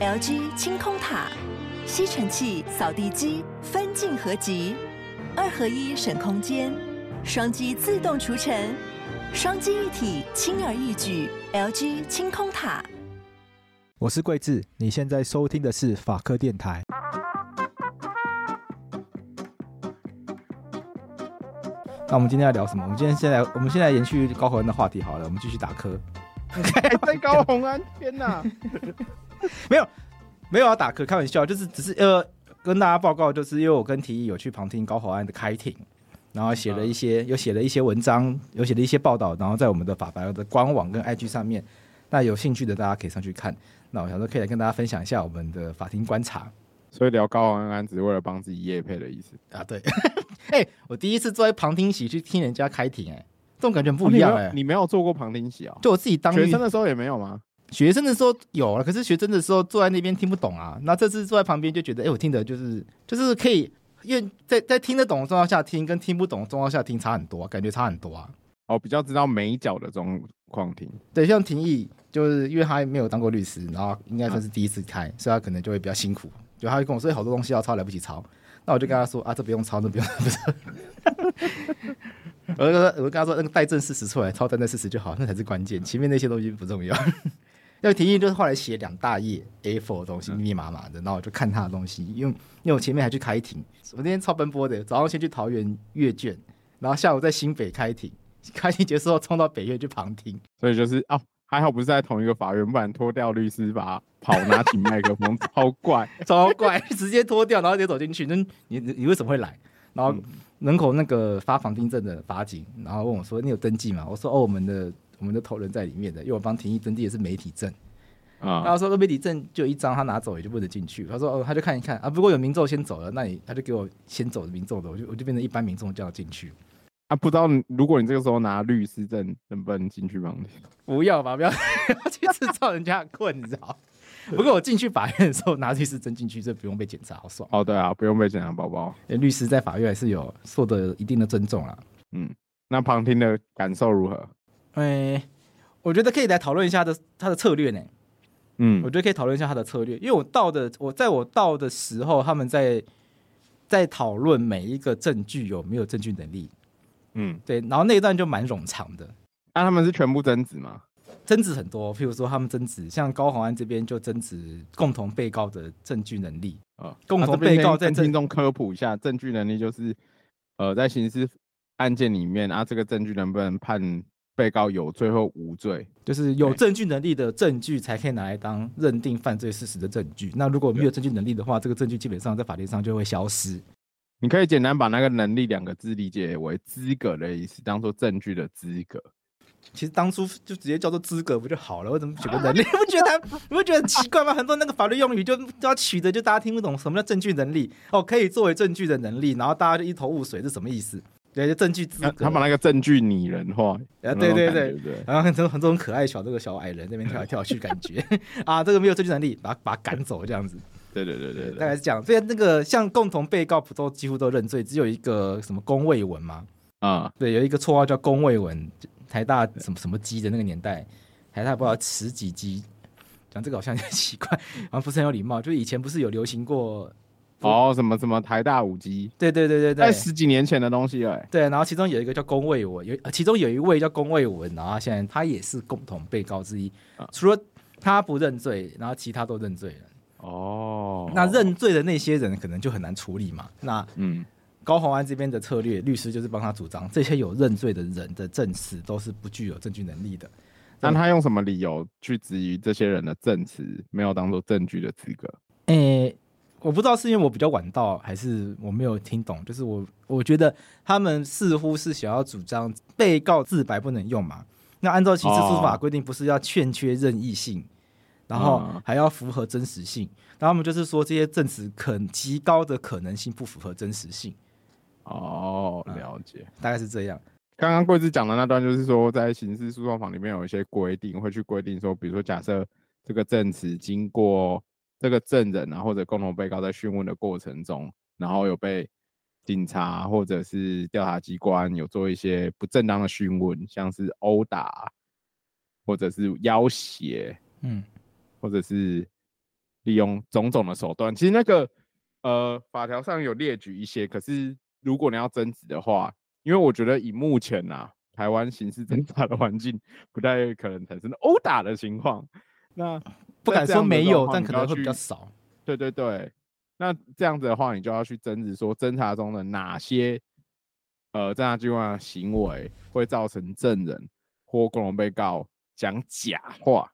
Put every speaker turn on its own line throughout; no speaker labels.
LG 清空塔、吸尘器、扫地机分镜合集，二合一省空间，双击自动除尘，双击一体轻而易举。LG 清空塔。
我是桂智，你现在收听的是法科电台。那我们今天要聊什么？我们今天先来，我们先来延续高宏安的话题好了，我们继续打磕。
还哎在高洪安，天哪！
没有要打磕，开玩笑，就是只是呃，跟大家报告，就是因为我跟提议有去旁听高宏安的开庭，然后写了一些，有写了一些文章，有写了一些报道，然后在我们的法白的官网跟 IG 上面，那有兴趣的大家可以上去看。那我想说，可以来跟大家分享一下我们的法庭观察。
所以聊高洪安只是为了帮自己夜配的意思。
啊，对， 哎、我第一次坐在旁听席去听人家开庭、哎，这种感觉很不一样、
哦
哎、
你没有你没有做过旁听席哦？
就我自己当
学
律
生的时候也没有吗？
学生的时候有啊，可是学生的时候坐在那边听不懂啊。那这次坐在旁边就觉得，哎、我听的就是就是可以，因为在在听得懂的状况下听，跟听不懂的状况下听差很多、啊，感觉差很多啊。
哦，比较知道美角的状况听。
对，像廷义，就是因为他没有当过律师，然后应该算是第一次开，所以他可能就会比较辛苦。就他会跟我说，哎好多东西要抄，来不及抄。那我就跟他说啊，这不用抄，那不用，不是。 我就跟他我就跟他说，那个带正事实出来，抄单正事实就好，那才是关键，前面那些东西不重要。 要提议就是后来写两大页 A4 的东西，密密麻麻的，然后我就看他的东西，因为因为我前面还去开庭，我那天超奔波的，早上先去桃园阅卷，然后下午在新北开庭，开庭结束后冲到北院去旁听，
所以就是哦，还好不是在同一个法院，不然脱掉律师把跑拿起麦克风， 超怪。
超怪，直接脱掉，然后直接走进去。那你你你为什么会来？然后门口那个发房地证的法警，然后问我说：“你有登记吗？”我说：“哦，我们的我们的头人在里面的，因为我帮廷义登记的是媒体证。”然后
啊、
他说：“那媒体证就一张，他拿走也就不能进去。”他说：“哦，他就看一看啊，不过有民众先走了，那你他就给我先走的民众的，我就我就变成一般民众叫进去。
啊！不知道你如果你这个时候拿律师证，能不能进去旁听？
不要吧，不要 不要去制造人家的困扰。不过我进去法院的时候拿律师证进去，这不用被检查，好爽。
哦，对啊，不用被检查包包。
律师在法院还是有受的一定的尊重啦。”
那旁听的感受如何？
诶、哎我觉得可以来讨论一下的他的策略呢。
嗯
我，觉得可以讨论一下他的策略，因为我到的，我在我到的时候，他们在在讨论每一个证据有没有证据能力。
嗯，
对，然后那一段就蛮冗长的，
那、他们是全部争执吗？
争执很多。譬如说，他们争执，像高宏安这边就争执共同被告的证据能力。
啊，
共
那
同
这边
被告
先
在
跟
证
听众科普一下，证据能力就是，呃，在刑事案件里面啊，这个证据能不能判被告有罪或无罪？哎
就是有
对
证据能力的证据才可以拿来当认定犯罪事实的证据。那如果没有证据能力的话，这个证据基本上在法律上就会消失。
你可以简单把那个能力两个字理解为资格的意思，当做证据的资格。
其实当初就直接叫做资格不就好了？为什么取个能力？ 你不觉得他你不觉得很奇怪吗？很多那个法律用语就就要取的，就大家听不懂什么叫证据能力哦，可以作为证据的能力，然后大家就一头雾水，这什么意思？对，就证据资
他
格。
他把那个证据拟人化，
啊，
有
对
那种
对
感
对
觉，对。
然后很多很多很可爱小这个小矮人那边跳来跳去，感觉 啊，这个没有证据能力，把他把他赶走这样子。
对对对对
大
对，
概是这样。所以那个像共同被告不都几乎都认罪，只有一个什么龚卫文嘛，
啊，
对，有一个绰号叫龚卫文，就台大什么什么基的那个年代，台大不知
嗯
道十几基，讲这个好像有点奇怪，好像不是很有礼貌。就是以前不是有流行过，
哦，什么什么台大五 G，
对对对对
在
对。
十几年前的东西了、欸。
对，然后其中有一个叫龚卫文，有呃其中有一位叫龚卫文，然后现在他也是共同被告之一
啊，
除了他不认罪，然后其他都认罪了。
哦，
那认罪的那些人可能就很难处理嘛。那
嗯，
高宏安这边的策略，律师就是帮他主张，这些有认罪的人的证词都是不具有证据能力的。
那他用什么理由去质疑这些人的证词没有当做证据的资格？
诶、我不知道是因为我比较晚到，还是我没有听懂。就是我我觉得他们似乎是想要主张被告自白不能用嘛。那按照刑事诉法
哦
规定，不是要欠缺任意性，然后
嗯
还要符合真实性。然后他们就是说这些证词可极高的可能性不符合真实性，
哦，
嗯
了解。
大概是这样。
刚刚贵志讲的那段，就是说在刑事诉讼法里面有一些规定，会去规定说，比如说假设这个证词经过这个证人啊或者共同被告在讯问的过程中，然后有被警察或者是调查机关有做一些不正当的讯问，像是殴啊打，或者是要挟，
嗯，
或者是利用种种的手段。其实那个呃法条上有列举一些，可是如果你要争执的话，因为我觉得以目前啊台湾刑事侦查的环境，不太可能产生殴打的情况。那
不
在
敢
这
说
样的
没
状
有，
况
但
你
可
就要
能会比较
去
少。
对对对，那这样子的话，你就要去争执说侦查中的哪些呃侦查机关的行为会造成证人或共同被告讲假话，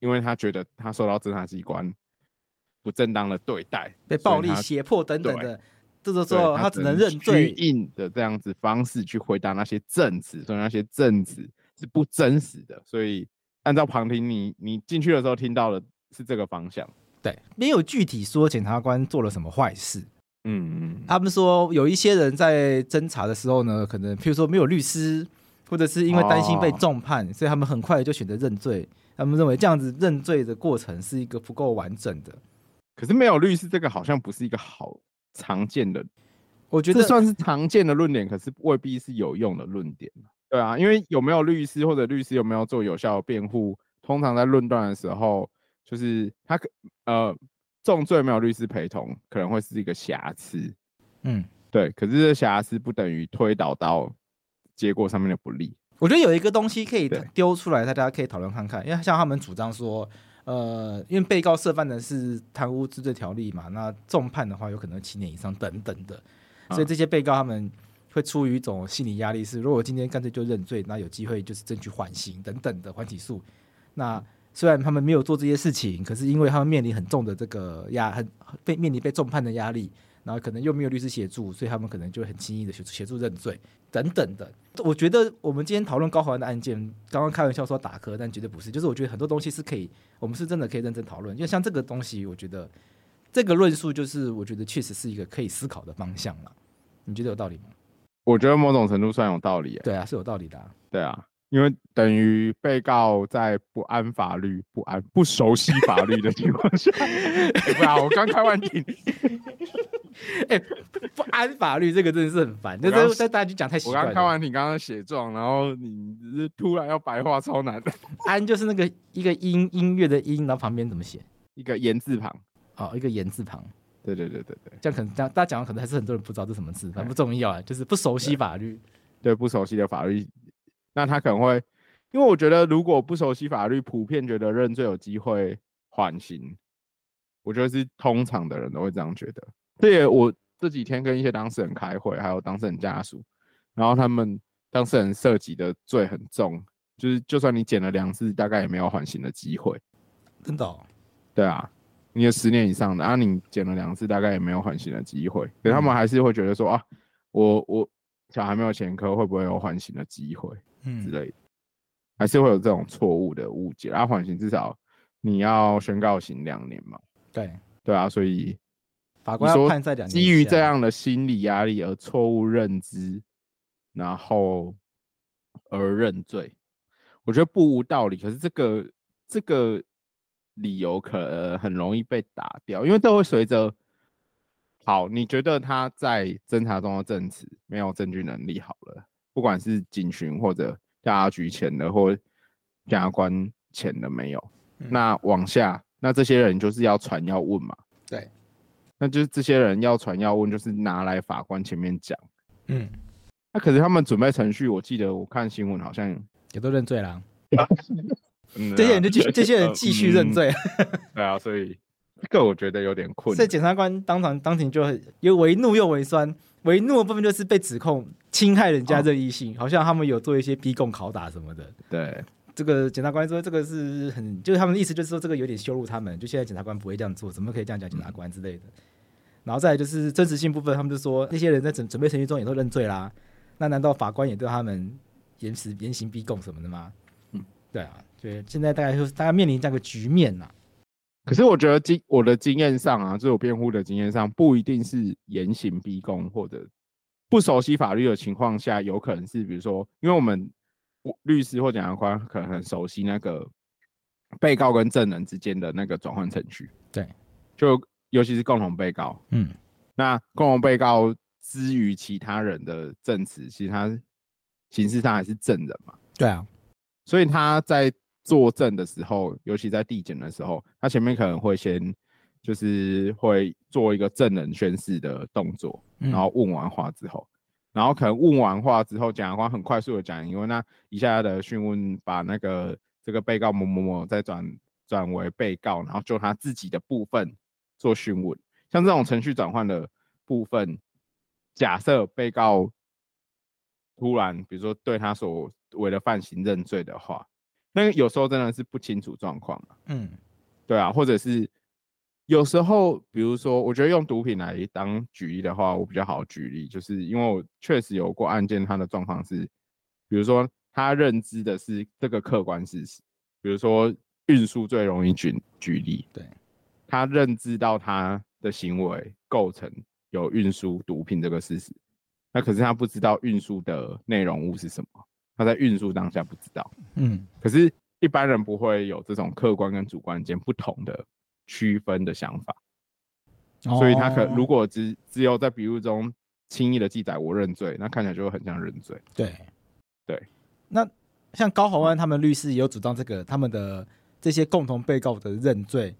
因为他觉得他受到侦查机关不正当的对待，
被
所以
暴力、
他
胁迫等等
对
的，这个时
对
候
他
他只能认
虚
罪。
硬的这样子方式去回答那些证词，所以那些证词是不真实的。所以按照旁听你，你进去的时候听到的是这个方向。
对，没有具体说检察官做了什么坏事。
嗯嗯，
他们说有一些人在侦查的时候呢，可能譬如说没有律师，或者是因为担心被
哦
重判，所以他们很快就选择认罪。他们认为这样子认罪的过程是一个不够完整的。
可是没有律师这个好像不是一个好常见的，
我觉
这
得
算是常见的论点，可是未必是有用的论点。对啊，因为有没有律师或者律师有没有做有效的辩护，通常在论断的时候，就是他可呃重罪没有律师陪同，可能会是一个瑕疵。
嗯，
对，可是这瑕疵不等于推导到结果上面的不利。
我觉得有一个东西可以
对
丢出来，大家可以讨论看看，因为像他们主张说，呃，因为被告涉犯的是贪污治罪条例嘛，那重判的话有可能七年以上等等的，所以
啊
这些被告他们会出于一种心理压力是，如果我今天干脆就认罪，那有机会就是争取缓刑等等的缓起诉。那虽然他们没有做这些事情，可是因为他们面临很重的这个压，很被面临被重判的压力，然后可能又没有律师协助，所以他们可能就会很轻易的协助协助认罪等等的。我觉得我们今天讨论高华安的案件，刚刚开玩笑说打磕，但绝对不是。就是我觉得很多东西是可以，我们是真的可以认真讨论。因为像这个东西，我觉得这个论述就是我觉得确实是一个可以思考的方向了。你觉得有道理吗？
我觉得某种程度算有道理、欸。
对啊，是有道理的、啊。
对啊，因为等于被告在不安法律、不安不熟悉法律的情况下，欸不啊，我刚开完 庭，
不安法律这个真的是很烦，
我
但
刚
是但大家就讲太习
我
惯
刚
了。
开完庭，刚刚写状，然后你只是突然要白话，超难的。
安就是那个一个音音乐的音，然后旁边怎么写？
一个言字旁，
哦，一个言字旁，
对对对对对
这样可能大大家讲的可能还是很多人不知道这什么字，反正不重要啊，就是不熟悉法律。
对，不熟悉的法律，那他可能会，因为我觉得如果不熟悉法律，普遍觉得认罪有机会缓刑，我觉得是通常的人都会这样觉得。这也我这几天跟一些当事人开会，还有当事人家属，然后他们当事人涉及的罪很重，就是就算你减了两次，大概也没有缓刑的机会。
真的、哦，
对啊，你有十年以上的，啊，你减了两次，大概也没有缓刑的机会。可是他们还是会觉得说啊，我我小孩没有前科，会不会有缓刑的机会之
嗯，
类的，还是会有这种错误的误解。啊，缓刑至少你要宣告刑两年嘛，
对，
对啊，所以
法
你
官要
说
判在两年以下。
基于这样的心理压力而错误认知，然后而认罪，我觉得不无道理。可是这个这个理由可呃很容易被打掉，因为这会随着好，你觉得他在侦查中的证词没有证据能力好了，不管是警询或者调查局前的或检察官前的没有，
嗯
那往下那这些人就是要传要问嘛。
对，
那就是这些人要传要问，就是拿来法官前面讲。
嗯，
那、可是他们准备程序，我记得我看新闻好像，
也都认罪啦。
嗯
这些人就继续，这些人继续认。
呃
罪，
嗯对啊，所以这个我觉得有点困
所
难
以。检察官当场当庭就很又为怒又为酸。为怒的部分就是被指控侵害人家
哦
任意性，好像他们有做一些逼供拷打什么的。
对，
这个检察官说这个是很，就是他们的意思就是说这个有点羞辱他们，就现在检察官不会这样做，怎么可以这样讲检察官之类的。然后再来就是真实性部分，他们就说那些人在准准备程序中也都认罪啦，
嗯
那难道法官也对他们严实严刑逼供什么的吗？
嗯，
对啊，对，现在大概就是大家面临这样一个局面啊呐、
可是我觉得经我的经验上啊，就是我辩护的经验上，不一定是严刑逼供或者不熟悉法律的情况下，有可能是比如说，因为我们我律师或检察官可能很熟悉那个被告跟证人之间的那个转换程序。
对，
就尤其是共同被告，
嗯，
那共同被告之于其他人的证词，其实他形式上还是证人嘛。
对啊，
所以他在作证的时候，尤其在递减的时候，他前面可能会先就是会做一个证人宣誓的动作，
嗯
然后问完话之后，然后可能问完话之后，检察官很快速的讲，因为那一下的讯问把那个这个被告某某某再转转为被告，然后就他自己的部分做讯问，像这种程序转换的部分，假设被告突然比如说对他所为了犯行认罪的话，那个有时候真的是不清楚状况。
嗯
对啊，或者是有时候，比如说，我觉得用毒品来当举例的话，我比较好举例，就是因为我确实有过案件，它的状况是，比如说他认知的是这个客观事实，比如说运输最容易举举例，
对，
他认知到他的行为构成有运输毒品这个事实，那可是他不知道运输的内容物是什么，他在运输当下不知道。
嗯
可是，一般人不会有这种客观跟主观间不同的区分的想法，
嗯，
所以他可
哦
如果只只有在笔录中轻易的记载我认罪，那看起来就会很像认罪。
对
对，
那像高宏安他们律师也有主张，这个他们的这些共同被告的认罪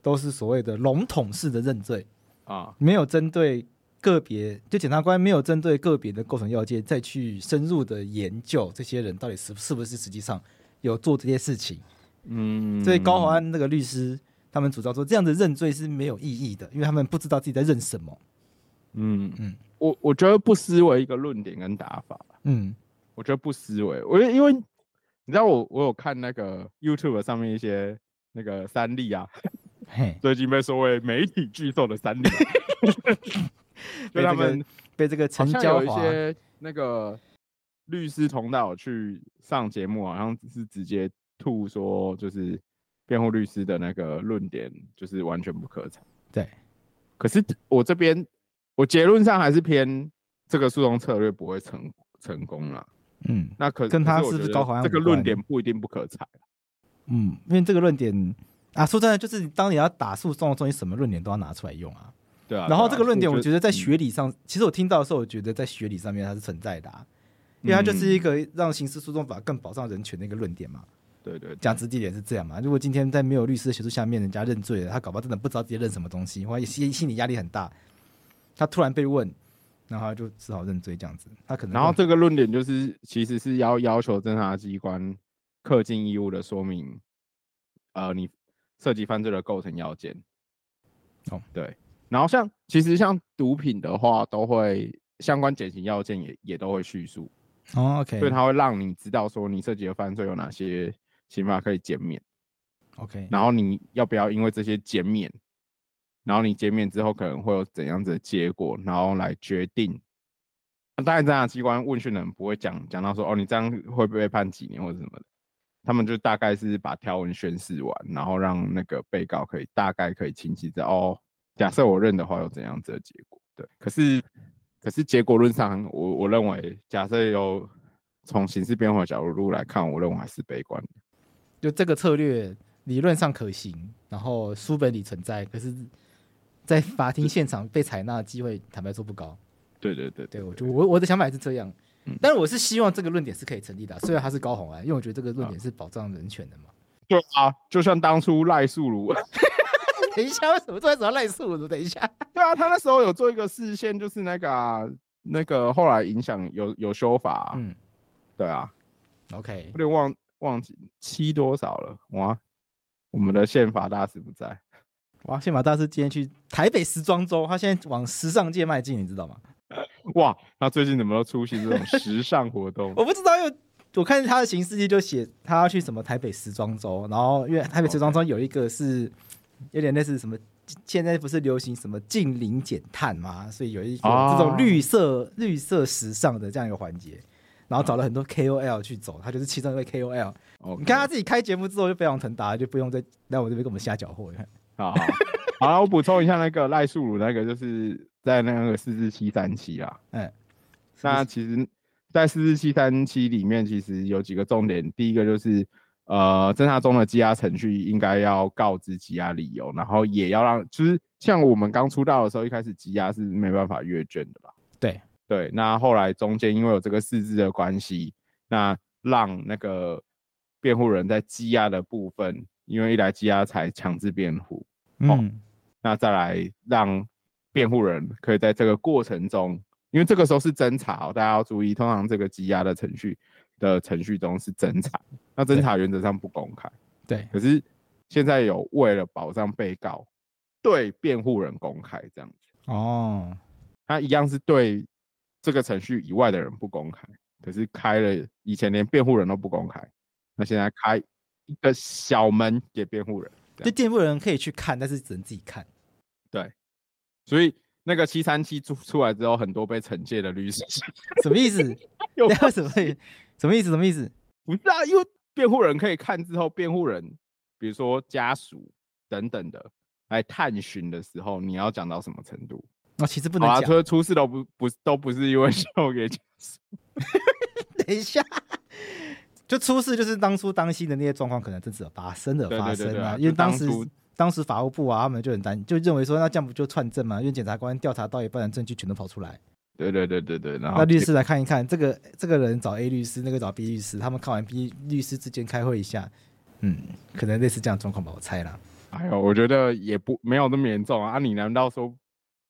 都是所谓的笼统式的认罪，
啊、
没有针对个别，就检察官没有针对个别的构成要件再去深入的研究这些人到底是是不是实际上有做这些事情。
嗯
所以高宏安那个律师他们主张说，这样的认罪是没有意义的，因为他们不知道自己在认什么。
嗯
嗯
嗯，我我觉得不失为一个论点跟打法，
嗯
我觉得不失为，我觉得因为你知道我我有看那个 YouTube 上面一些那个三例啊，
嘿，
最近被说为媒体巨兽的三 例啊，就
被
他
这个
们
被这个陈
好像
娇
有一
华，
些那个律师同道去上节目，好像是直接吐说，就是辩护律师的那个论点就是完全不可采。
对，
可是我这边我结论上还是偏这个诉讼策略不会成成功了。
嗯
那可
跟他
可
是
是
不
我
是
觉
高
得
好像
这个
无
论
关
点不一定不可采。
嗯，因为这个论点啊，说真的，就是当你要打诉讼的时候，你什么论点都要拿出来用啊。
对啊，
然后
对啊
这个论点，我觉得在，
嗯
学理上，其实我听到的时候，我觉得在学理上面它是存在的、啊，因为它
嗯
就是一个让刑事诉讼法更保障人权的一个论点嘛。
对对，
讲直接点是这样嘛。如果今天在没有律师的协助下面，人家认罪了，他搞不好真的不知道自己认什么东西，或者心心理压力很大，他突然被问，然后他就只好认罪这样子。他可能
然后这个论点就是，其实是要要求侦查机关恪尽义务的说明，呃，你涉及犯罪的构成要件。
哦，
对。然后像其实像毒品的话，都会相关减刑要件也也都会叙述，
哦，OK，
所以它会让你知道说你涉及的犯罪有哪些刑罚可以减免，
OK，
然后你要不要因为这些减免，然后你减免之后可能会有怎样子的结果，然后来决定那当然，侦查机关问讯人不会讲讲到说哦，你这样会不会被判几年或者什么的，他们就大概是把条文宣示完，然后让那个被告可以大概可以清晰知道哦，假设我认的话有怎样子的结果。对，可是可是结果论上，我我认为假设有从刑事辩护的角度来看，我认为还是悲观的。
就这个策略理论上可行，然后书本里存在，可是，在法庭现场被采纳的机会，坦白说不高。
对对对
对我就我我的想法也是这样
嗯，
但是我是希望这个论点是可以成立的啊，虽然他是高红安，因为我觉得这个论点是保障人权的嘛。
对啊，就像当初赖素如，
等一下，为什么突然想到赖素如？等一下，
对啊，他那时候有做一个视线，就是那个啊、那个后来影响有有修法啊、
嗯
对啊。
，OK，
有点忘忘记七多少了哇！我们的宪法大师不在，
哇，宪法大师今天去台北时装周，他现在往时尚界迈进，你知道吗？
哇！那最近怎么都出 席这种时尚活动？
我不知道，因为我看他的行事历就写他要去什么台北时装周，然后因为台北时
哦
装周有一个是有点类似什么，现在不是流行什么近零减碳嘛，所以有一个
哦
这种绿色、绿色时尚的这样一个环节。然后找了很多 KOL 去走，他就是其中一位 KOL。
哦，
你看他自己开节目之后就非常腾达，就不用再来我这边跟我们瞎搅 和。
好好好了，我补充一下那个赖素如那个，就是在那个四四七三七啊啦。
嗯，
那其实，在四四七三七里面，其实有几个重点。第一个就是，呃，侦查中的羁押程序应该要告知羁押理由，然后也要让，就是像我们刚出道的时候，一开始羁押是没办法阅卷的啦。
对
对，那后来中间因为有这个四字的关系，那让那个辩护人在羁押的部分，因为一来羁押才强制辩护，哦
嗯，
那再来让辩护人可以在这个过程中，因为这个时候是侦查、哦，大家要注意，通常这个羁押的程序的程序中是侦查，那侦
对
查原则上不公开，
对，
可是现在有为了保障被告，对辩护人公开这样子，
哦，
他一样是对这个程序以外的人不公开，可是开了以前连辩护人都不公开，那现在开一个小门给辩护人。这样
就电部人可以去看，但是只能自己看。
所以那个七三七出出来之后，很多被惩戒的律师
什么意思？
有
那什么意什么意思？什么意思？
不是啊，因为辩护人可以看之后，辩护人比如说家属等等的来探寻的时候，你要讲到什么程度？
哦，其实不
好
能
啊，
讲。
出出事都不不是都不是因为 秀给家属，
等一下，就出事就是当初当心的那些状况，可能真的发生的
对
发
对对
生
对啊
啊，
就
因为当
当
时
初
当时法务部啊，他们就很担，就认为说那这样不就串证嘛？因为检察官调查到一半的证据全都跑出来，
对对对对对，然后
那律
结
师来看一看，这个这个人找 A 律师，那个找 B 律师，他们看完 B 律师之间开会一下，嗯，可能类似这样的状况吧，我猜啦。
哎呦，我觉得也不没有那么严重啊，啊你难道说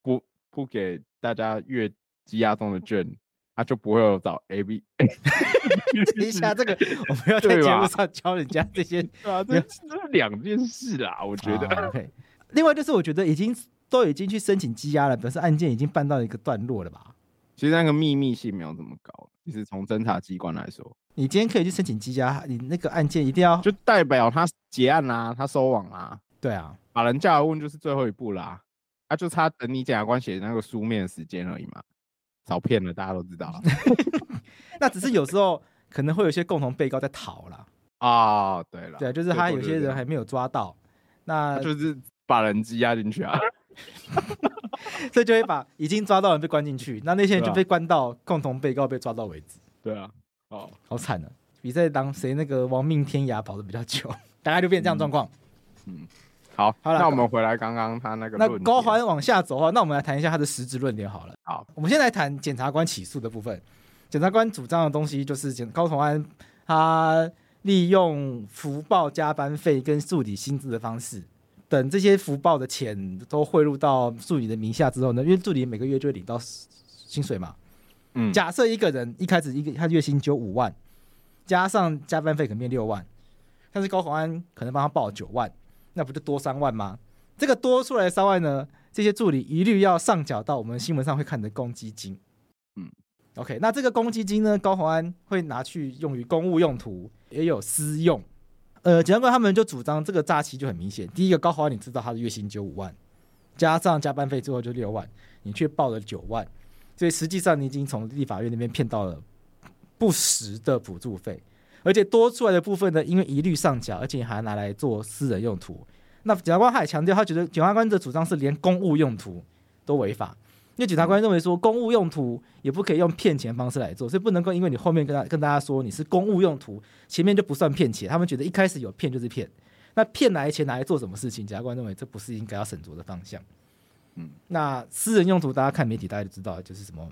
不不给大家月积压中的券，他、就不会有找 A B？
等一下，这个我们要在
对
节目
吧
上教人家这些
对啊，这这是两件事啦，我觉得。
啊 OK。另外就是，我觉得已经都已经去申请羁押了，表示案件已经办到一个段落了吧？
其实那个秘密性没有这么高，其实从侦查机关来说，
你今天可以去申请羁押，你那个案件一定 要
就代表他结案啦、他收网啦、
对啊，
把人叫来问就是最后一步啦，啊，就差等你检察官写那个书面的时间而已嘛，少骗了，大家都知 道了
那只是有时候可能会有一些共同被告在逃啦，
啊，对了，
对啊，就是
最
他
后
有些
这
人
样
还没有抓到，那
他就是把人羁押进 去啊，
这就会把已经抓到的人被关进去，那那些人
对啊
就被关到共同被告被抓到为止，
对啊，哦，
好惨啊！比赛当谁那个亡命天涯跑的比较久， 大概就变成这样的状况。
好，
好啦
那我们回来刚刚他那个
那
论
高
点
环往下走的话，那我们来谈一下他的实质论点好了。
好，
我们先来谈检察官起诉的部分。检察官主张的东西就是检高同安他利用福报加班费跟助理薪资的方式，等这些福报的钱都汇入到助理的名下之后呢，因为助理每个月就会领到 s- 薪水嘛。
嗯，
假设一个人一开始一个他月薪只有五万，加上加班费可能变六万，但是高宏安可能帮他报九万，那不就多三万吗？这个多出来的三万呢，这些助理一律要上缴到我们新闻上会看的公积金。
嗯
，OK，那这个公积金呢，高宏安会拿去用于公务用途，也有私用。呃，检察官他们就主张这个诈欺就很明显。第一个，高宏安你知道他的月薪只有五万，加上加班费之后就六万，你却报了九万。所以实际上你已经从立法院那边骗到了不实的补助费，而且多出来的部分呢，因为一律上缴，而且你还拿来做私人用途。那检察官他也强调，他觉得检察官的主张是连公务用途都违法，因为检察官认为说公务用途也不可以用骗钱方式来做，所以不能够因为你后面跟他跟大家说你是公务用途，前面就不算骗钱。他们觉得一开始有骗就是骗，那骗来的钱拿来做什么事情？检察官认为这不是应该要审酌的方向。那私人用途，大家看媒体大家就知道，就是什么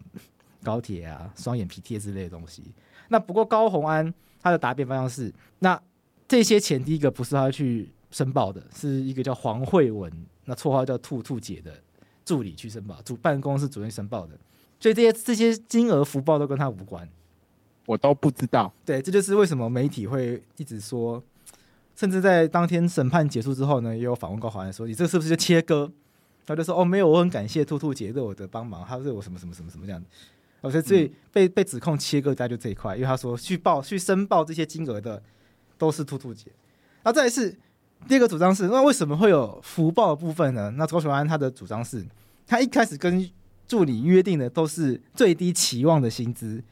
高铁啊、双眼皮贴之类的东西。那不过高红安他的答辩方向是，那这些钱第一个不是他去申报的，是一个叫黄慧文，那绰号叫兔兔姐的助理去申报，主办公室主任申报的，所以这些这些金额福报都跟他无关。
我都不知道，
对，这就是为什么媒体会一直说，甚至在当天审判结束之后呢，也有访问高华安说：“你这是不是就切割？”他就说：“哦，没有，我很感谢兔兔姐对我的帮忙，他对我什么什么什么什么这样子。”哦，所以所以被被指控切割，大概就这一块，因为他说去报去申报这些金额的都是兔兔姐。那再来是第二个主张是，那为什么会有福报的部分呢？那高雄安他的主张是，他一开始跟助理约定的都是最低期望的薪资，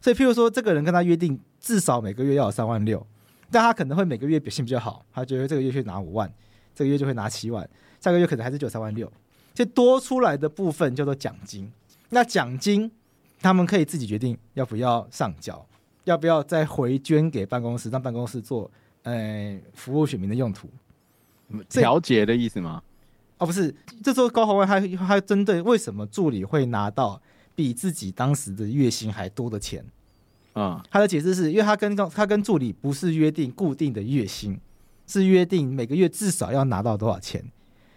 所以譬如说这个人跟他约定至少每个月要有三万六，但他可能会每个月表现比较好，他觉得这个月去拿五万，这个月就会拿七万，下个月可能还是只有三万六，所以多出来的部分叫做奖金。那奖金他们可以自己决定要不要上缴，要不要再回捐给办公室，让办公室做呃服务选民的用途。这
调解的意思吗？
哦，不是，这时候高宏文还还针对为什么助理会拿到比自己当时的月薪还多的钱
嗯
他的解释是因为他跟他跟助理不是约定固定的月薪，是约定每个月至少要拿到多少钱。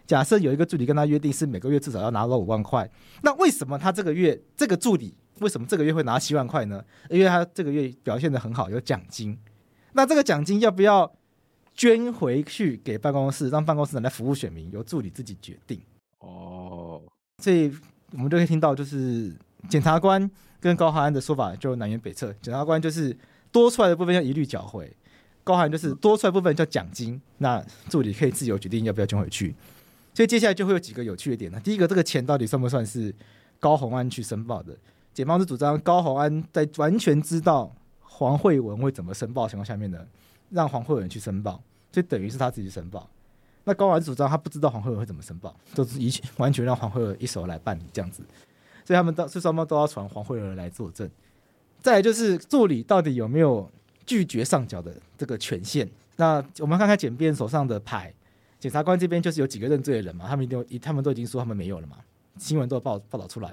假设有一个助理跟他约定是每个月至少要拿到五万块，那为什么他这个月这个助理为什么这个月会拿七万块呢？因为他这个月表现的很好，有奖金。那这个奖金要不要捐回去给办公室，让办公室拿来服务选民，由助理自己决定？
哦，
所以我们就可以听到，就是检察官跟高浩安的说法就南辕北辙。检察官就是多出来的部分要一律缴回，高浩安就是多出来部分叫奖金，那助理可以自由决定要不要捐回去。所以接下来就会有几个有趣的点了。第一个，这个钱到底算不算是高洪安去申报的？检方是主张高洪安在完全知道黄慧文会怎么申报的情况下面呢，让黄慧文去申报，所以等于是他自己申报。那高玩主张他不知道黄慧文会怎么申报，就是一完全让黄慧文一手来办理这样子，所以他们到是双方都要传黄慧文来作证。再来就是助理到底有没有拒绝上缴的这个权限？那我们看看检辩手上的牌，检察官这边就是有几个认罪的人嘛，他们一定有他们都已经说他们没有了嘛，新闻都有报报道出来，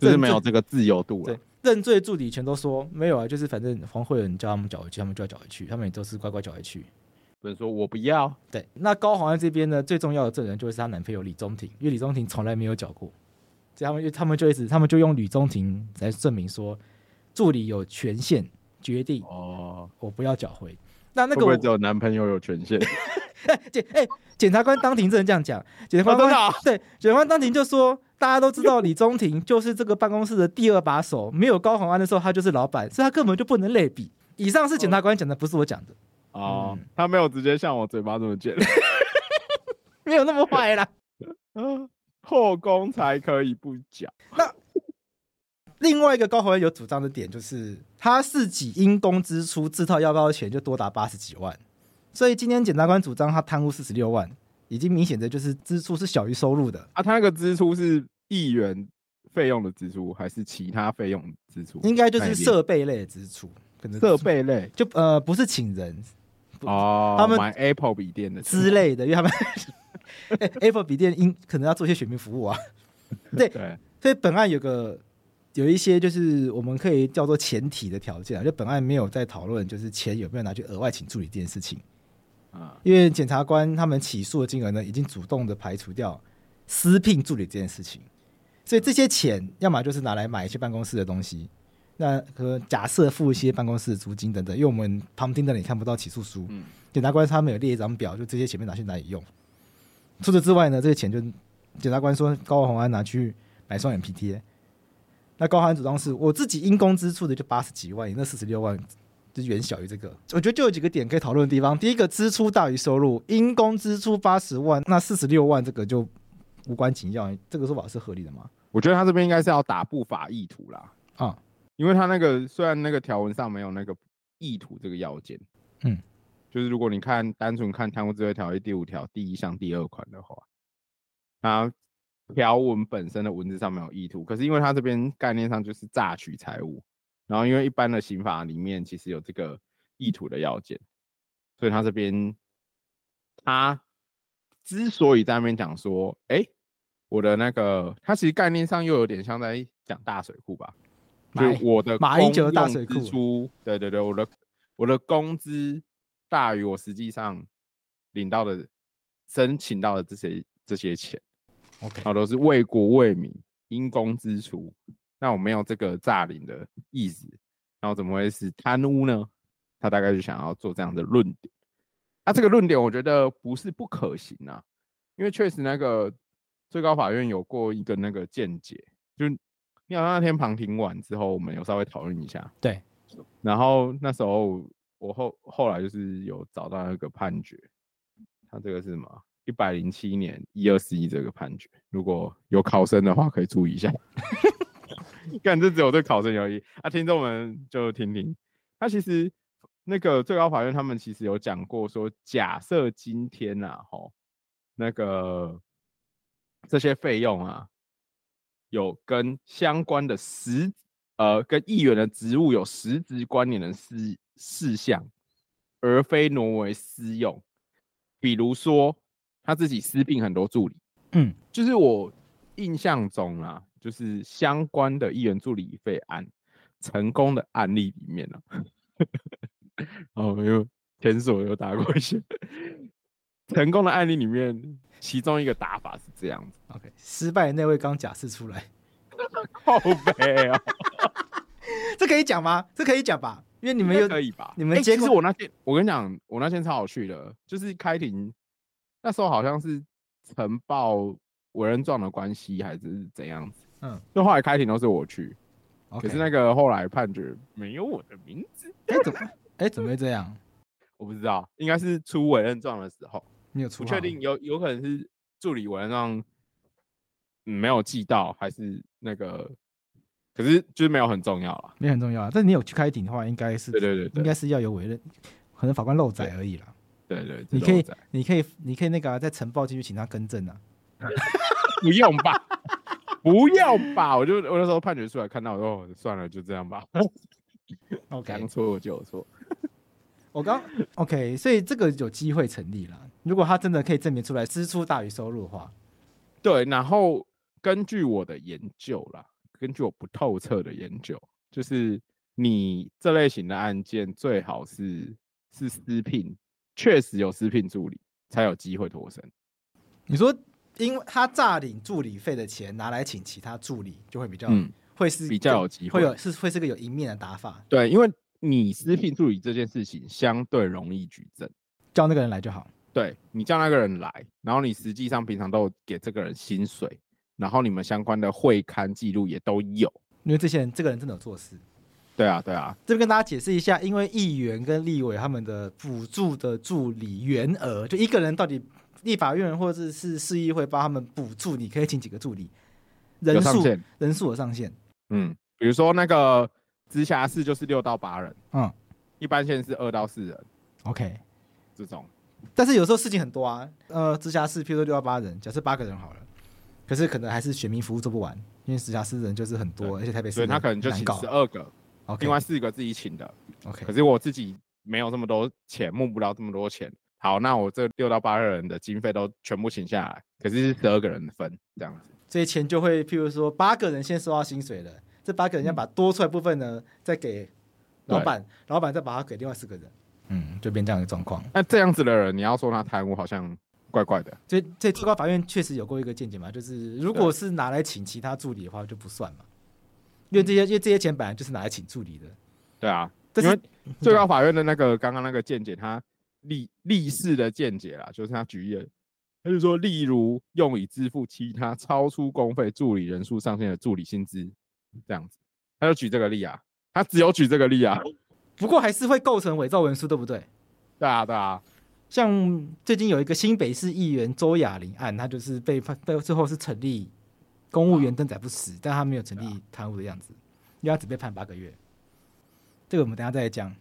就是
认
没有
罪
这个自由度
对
了。，
认罪助理全都说没有啊，就是反正黄慧文叫他们缴回去，他们就要缴回去，他们也都是乖乖缴回去。
不能说我不要，
对，那高洪安这边呢，最重要的证人就是她男朋友李宗廷，因为李宗廷从来没有缴过，所以他们就他们就一直他们就用李宗廷来证明说，助理有权限决定
哦，
我不要缴回。那那个
会不
我
会只有男朋友有权限？
检哎、检察官当庭证人这样讲，检察官、
哦真的啊
对检察官当庭就说，大家都知道李宗廷就是这个办公室的第二把手，没有高洪安的时候他就是老板，所以他根本就不能类比。以上是检察官讲的，不是我讲的，
哦
嗯，
他没有直接像我嘴巴这么贱，
没有那么坏啦。
啊后宫才可以不讲。
另外一个高宏安有主张的点就是，他自己因公支出自掏腰包的钱就多达八十几万，所以今天检察官主张他贪污四十六万，已经明显的就是支出是小于收入的，
啊，他那个支出是议员费用的支出，还是其他费用支出？
应该就
那
是
一定
设备类的支出，可能
设备类
就呃不是请人不
哦，
他们
买 Apple 笔电的
之类的，因为他们、 哎 Apple 笔电应可能要做一些选民服务啊，对，
对，
所以本案有个有一些就是我们可以叫做前提的条件啊，就本案没有在讨论就是钱有没有拿去额外请助理这件事情。
啊，
因为检察官他们起诉的金额呢，已经主动的排除掉私聘助理这件事情，所以这些钱要么就是拿来买一些办公室的东西，那和假设付一些办公室的租金等等，因为我们旁听的人也看不到起诉书，
嗯
检察官他们有列一张表，就这些钱被拿去哪里用。除此之外呢，这些钱就检察官说高洪安拿去买双眼皮贴，那高洪安主张是我自己因公支出的就八十几万，你那四十六万就远小于这个。我觉得就有几个点可以讨论的地方。第一个，支出大于收入，因公支出八十万，那四十六万这个就无关紧要，这个说法是合理的吗？
我觉得他这边应该是要打不法意图啦，
啊、
因为他那个虽然那个条文上没有那个意图这个要件，
嗯，
就是如果你看单纯看贪污治罪条例第五条第一项第二款的话，它条文本身的文字上没有意图，可是因为它这边概念上就是榨取财物，然后因为一般的刑法里面其实有这个意图的要件，所以他这边他之所以在那边讲说，哎、我的那个，它其实概念上又有点像在讲大水库吧，就
马
是我的
马英九的
公
大
用
水
支
库
出，对对对，我的我的工资大于我实际上领到的申请到的这些这些钱。
OK
然后都是为国为民、因公支出。那我没有这个诈领的意思，然后怎么会是贪污呢？他大概就想要做这样的论点。那、这个论点我觉得不是不可行啊，因为确实那个最高法院有过一个那个见解，就是你好像那天旁听完之后，我们有稍微讨论一下。
对。
然后那时候我后后来就是有找到那个判决，他这个是什么？一百零七年一二十一这个判决，如果有考生的话，可以注意一下。 干，这只有对考生有益啊！听众们就听听，他其实那个最高法院他们其实有讲过说，假设今天啊，吼，那个这些费用啊，有跟相关的实呃跟议员的职务有实质关联的事事项，而非挪为私用。比如说他自己私聘很多助理，
嗯，
就是我印象中啊，就是相关的议员助理费案，成功的案例里面呢、啊， 哦，又前所又打过一些成功的案例里面，其中一个打法是这样子，
OK，失败的那位刚假释出来，
靠背哦，
这可以讲吗？这可以讲吧？因为你
你
们有
可以吧？
你们
欸
监
其实
控
我那天，我跟你讲，我那天超好去的，就是开庭那时候好像是呈报委任状的关系还是怎样子，
嗯，
就后来开庭都是我去，
OK，
可是那个后来判决没有我的名字，
哎、怎么哎、怎么会这样？
我不知道，应该是出委任状的时候。
你有出
不确
号
定，有有可能是助理文让、嗯、没有记到，还是那个，可是就是没有很重要啦。
没有很重要啊。但你有去开庭的话，应该是
对对对
应
对
该是要有委任，可能法官漏载而已啦。
对对，
你
这
可
都
以
在
你可以你可以那个、啊、在晨报继续请他更正啊。
不用吧？不要吧！我就我那时候判决出来看到，我说哦算了，就这样吧，
OK，
将错就有错。
我刚 OK，所以这个有机会成立啦。如果他真的可以证明出来支出大于收入的话，
对，然后根据我的研究啦，根据我不透彻的研究，就是你这类型的案件最好是是私聘，确实有私聘助理才有机会脱身。
你说因为他诈领助理费的钱拿来请其他助理，就会比较、
嗯，
会是
比较有机
会
会
有是会是个有赢面的打法，
对，因为你私聘助理这件事情相对容易举证，
叫那个人来就好。
对你叫那个人来，然后你实际上平常都有给这个人薪水，然后你们相关的会刊记录也都有。
因为这些人这个人真的有做事。
对啊，对啊，
这边跟大家解释一下，因为议员跟立委他们的补助的助理员额，就一个人到底立法院或者是市议会帮他们补助，你可以请几个助理，
有
人
上
数
限
人数有上限，
嗯，比如说那个直辖市就是六到八人，
嗯
一般县是二到四人
，OK。
这种。
但是有时候事情很多啊，呃，直辖市譬如说六到八人，假设八个人好了，可是可能还是选民服务做不完，因为直辖市人就是很多，而且台北市
所以他可能就
很
请
搞
十二个，
，OK，
另外四个自己请的。
OK，
可是我自己没有这么多钱，募不到这么多钱。好，那我这六到八个人的经费都全部请下来，可是是十二个人分这样子。
所以钱就会，譬如说八个人先收到薪水了，这八个
嗯
人要把多出来部分呢，再给老板，老板再把它给另外四个人，嗯，就变这样一个状况。
那这样子的人，你要说他贪污，好像怪怪的。
所以，所以最高法院确实有过一个见解嘛，就是如果是拿来请其他助理的话，就不算嘛，因为这些因为这些钱本来就是拿来请助理的。
对啊，
但
因
是
为最高法院的那个刚刚那个见解，他立立誓的见解啦，就是他举例了，他就说，例如用以支付其他超出公费助理人数上限的助理薪资，这样子，他就举这个例啊，他只有举这个例啊。
不过还是会构成伪造文书，对不对？
对啊，对啊，
像最近有一个新北市议员周雅玲案，他就是被判，被最后是成立公务员登载不实，但他没有成立贪污的样子，因为他只被判八个月。这个我们等一下再讲。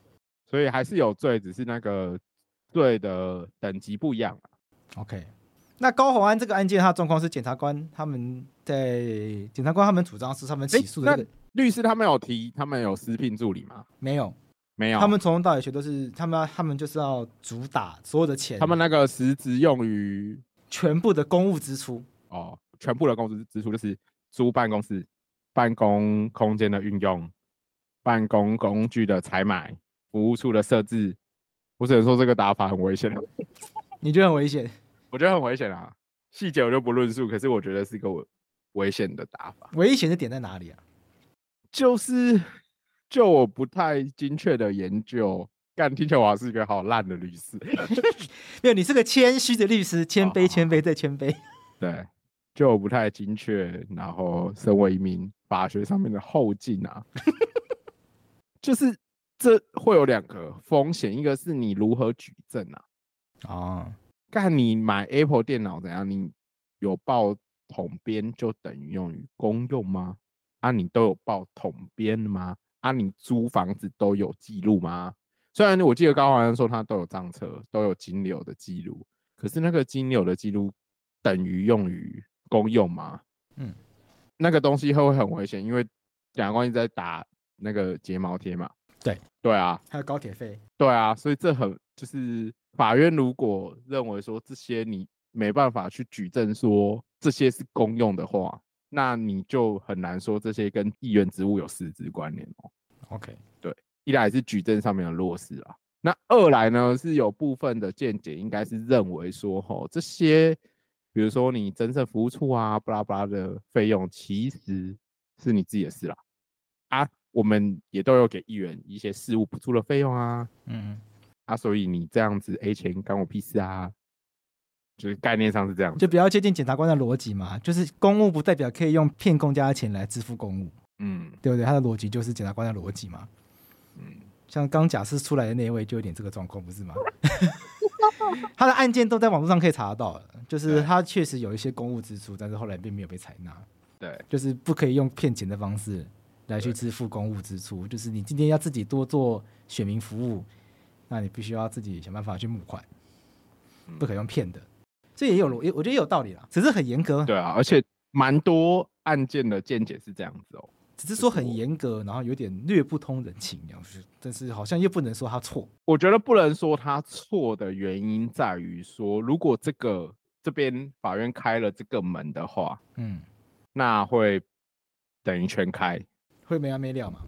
所以还是有罪，只是那个罪的等级不一样啊。
OK，那高宏安这个案件，他的状况是检察官他们在检察官他们主张是他们起诉的
诶
这个、
律师他们有提，他们有私聘助理吗？
没有，
没有，
他们从头到尾学都是他们要他们就是要主打所有的钱，
他们那个实质用于
全部的公务支出。
哦，全部的工资支出就是租办公室、办公空间的运用、办公工具的采买、服务处的设置。我只能说这个打法很危险，
你觉得很危险？
我觉得很危险啊。细节我就不论述，可是我觉得是个危危险的打法。
危险的点在哪里啊？
就是就我不太精确的研究，干听起来我好像是一个好烂的律师。
没有，你是个谦虚的律师，谦卑，
好
谦卑再谦卑。
对，就我不太精确，然后身为一名法学上面的后进啊， 就是这会有两个风险，一个是你如何举证啊，
哦，
干你买 Apple 电脑怎样，你有报统编就等于用于公用吗？啊，你都有报统编吗？啊，你租房子都有记录吗？虽然我记得高华安说他都有账册，都有金流的记录，可是那个金流的记录等于用于公用吗？
嗯，
那个东西会不会很危险？因为检察官一直在打那个睫毛贴嘛。
对
对啊，
还有高铁费，
对啊，所以这很就是法院如果认为说这些你没办法去举证说这些是公用的话，那你就很难说这些跟议员职务有实质关联哦。
OK，
一来是举证上面的落实啊，那二来呢是有部分的见解应该是认为说，吼这些，比如说你真正服务处啊，巴拉巴拉的费用，其实是你自己的事啦，啊，我们也都有给议员一些事务补助的费用啊，
嗯，
啊，所以你这样子 A 钱干我屁事啊，就是概念上是这样子，
就比较接近检察官的逻辑嘛，就是公务不代表可以用骗公家的钱来支付公务，
嗯
对不对？他的逻辑就是检察官的逻辑嘛。
嗯，
像刚假释出来的那一位就有点这个状况，不是吗？他的案件都在网络上可以查得到了，就是
对
他确实有一些公务支出，但是后来并没有被采纳，
对，
就是不可以用骗钱的方式来去支付公务支出，就是你今天要自己多做选民服务，那你必须要自己想办法去募款，
嗯
不可以用骗的，这也有逻，也我觉得也有道理啦，只是很严格，
对啊，而且蛮多案件的见解是这样子哦，
只是说很严格，然后有点略不通人情这样子，但是好像又不能说他错，
我觉得不能说他错的原因在于说，如果这个这边法院开了这个门的话，
嗯，
那会等于全开。
会没完没了嘛。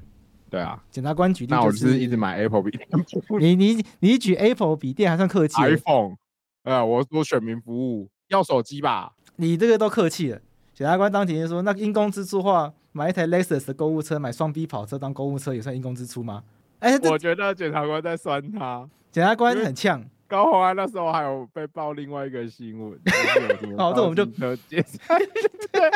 对啊，
检察官举例、
那我
就
就是一直买 Apple 笔
你你你举 Apple 笔电还算客气了，
iPhone，呃，我说选民服务要手机吧，
你这个都客气了。检察官当庭就说，那因公支出的话，买一台 Lexus 的购物车，买双 B 跑车当购物车也算因公支出吗？哎，这
我觉得检察官在酸他。
检察官很呛，
高宏安那时候还有被爆另外一个 新闻，就是有
哦这我们就
车接 下对，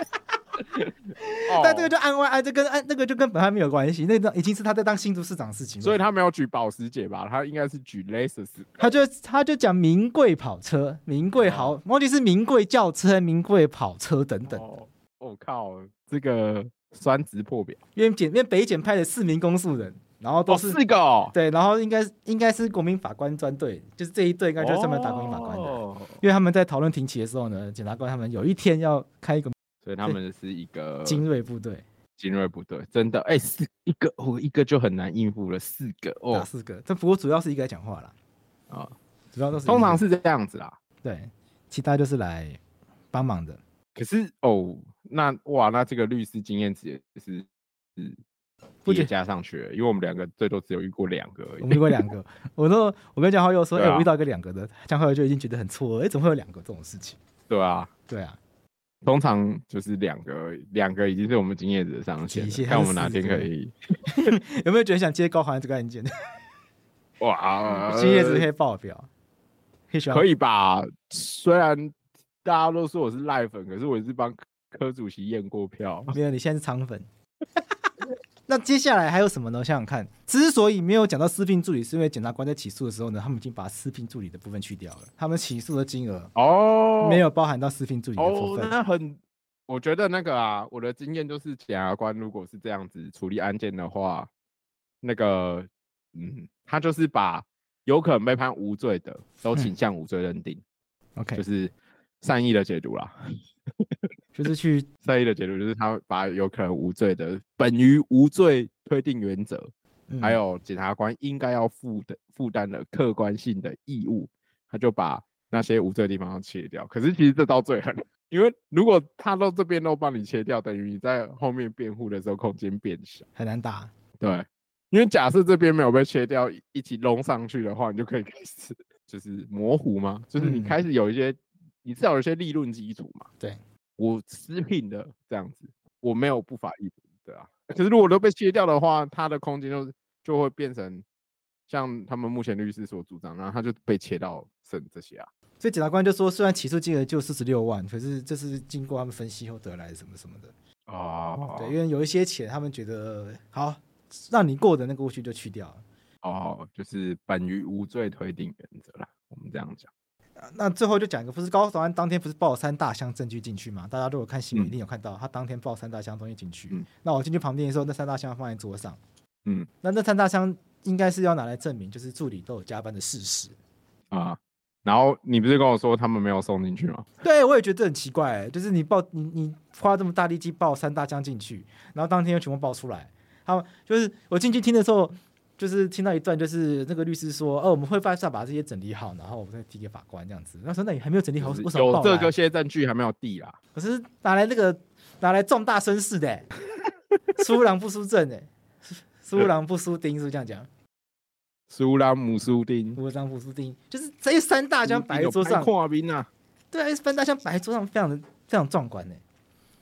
但这个
哦
就案外啊案，这跟案那个就跟本案没有关系，那个已经是他在当新竹市长的事情了。
所以他没有举保时捷吧？他应该是举 Lexus
他就他就讲名贵跑车、名贵豪，忘记是名贵轿车、名贵跑车等等。
哦，我、靠，这个酸值破表，
因为检因为北检派了四名公诉人，然后都是、
四个哦，
对，然后应该应该是国民法官专队，就是这一队应该就是专门打国民法官的。
哦
因为他们在讨论庭期的时候呢，检察官他们有一天要开一个
所以他们是一个
精锐部队，
精锐部队，真的，哎、四一个我一个就很难应付了，四个
打
哦
四个。这不过主要是一个在讲话啦，
啊，
主要都是一个
通常是这样子啦。
对，其他就是来帮忙的。
可是哦，那哇，那这个律师经验值也是是
不
叠
仅
加上去了，因为我们两个最多只有遇过两个而
我们遇
已。
过两 个，我都我跟江浩佑说，哎、
对啊
我遇到一个两个的，江浩佑就已经觉得很错愕，哎、怎么会有两个这种事情？
对啊，
对啊，
通常就是两个而已，两个已经是我们经验值的上限
极限
了，看我们
它
哪
是
天
四
可
个
以
有没有觉得想接高环这个案件？
哇，
新叶子可以爆表，可以选
可以吧？虽然大家都说我是赖粉，可是我也是帮柯柯主席验过票。
没有，你现在是肠粉。 那接下来还有什么呢？我想想看，之所以没有讲到私聘助理，是因为检察官在起诉的时候呢，他们已经把私聘助理的部分去掉了，他们起诉的金额
哦，
没有包含到私聘助理的部
哦，
分。
那很，我觉得那个啊，我的经验就是检察官如果是这样子处理案件的话，那个嗯，他就是把有可能被判无罪的都
嗯
倾向无罪认定，
OK，
就是善意的解读啦。
就是去
善意的解读就是他把有可能无罪的本于无罪推定原则，
嗯
还有检察官应该要负的负担的客观性的义务，他就把那些无罪的地方都切掉。可是其实这招最狠，因为如果他到这边都帮你切掉，等于你在后面辩护的时候空间变小。
很难打，
对，因为假设这边没有被切掉，一一起弄上去的话，你就可以开始就是模糊嘛，就是你
嗯
开始有一些，你至少有一些理论基础嘛。
对，
我私聘的这样子，我没有不法意图，对啊。 可是如果都被切掉的话，它的空间就就会变成像他们目前律师所主张，然后他就被切到剩这些啊。
所以检察官就说，虽然起诉金额就四十六万，可是这是经过他们分析后得来的什么什么的。
哦
对，因为有一些钱，他们觉得好让你过的那个误区就去掉了。
哦，就是本于无罪推定原则啦，我们这样讲。
那最后就讲一个，不是高潮安当天不是抱三大箱证据进去嘛？大家如果看新闻
嗯
一定有看到，他当天抱三大箱东西进去。
嗯
那我进去旁边的时候，那三大箱放在桌上。
嗯，
那那三大箱应该是要拿来证明，就是助理都有加班的事实。
啊、然后你不是跟我说他们没有送进去吗？
对，我也觉得这很奇怪、欸就是你抱你你花这么大力气抱三大箱进去，然后当天又全部抱出来。他们就是我进去听的时候，就是听到一段，就是那个律师说，哦，我们会办法把这些整理好，然后我们再提给法官这样子。那时候那你还没有整理好，
就是
为什么
有
抱
这
来
个些证据还没有递啦，
可是 拿来那个拿来壮大声势的欸、输狼不输阵哎、苏郎不苏丁是不是这样讲？
苏拉姆苏丁，
无章不苏丁，就是这三 大箱摆在桌上，
跨兵啊，
对啊，三大箱摆在桌上非常的非常壮观呢。欸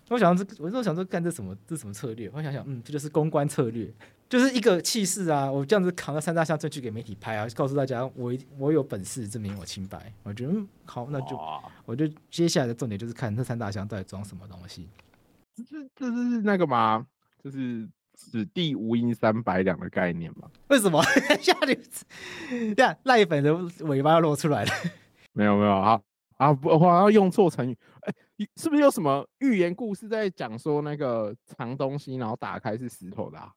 我想到这，我就想说，干这什么这什么策略？我想想，嗯，这就是公关策略，就是一个气势啊！我这样子扛着三大箱证据给媒体拍啊，告诉大家我一我有本事证明我清白。我觉得、嗯、好， 那就
哇
我就接下来的重点就是看这三大箱到底装什么东西。
这这这是那个嘛，就是此地无银三百两的概念嘛？
为什么 下流？这样赖粉的尾巴要露出来了。
没有没有啊啊，不，我好像用错成语。哎、是不是有什么寓言故事在讲说那个藏东西，然后打开是石头的、啊？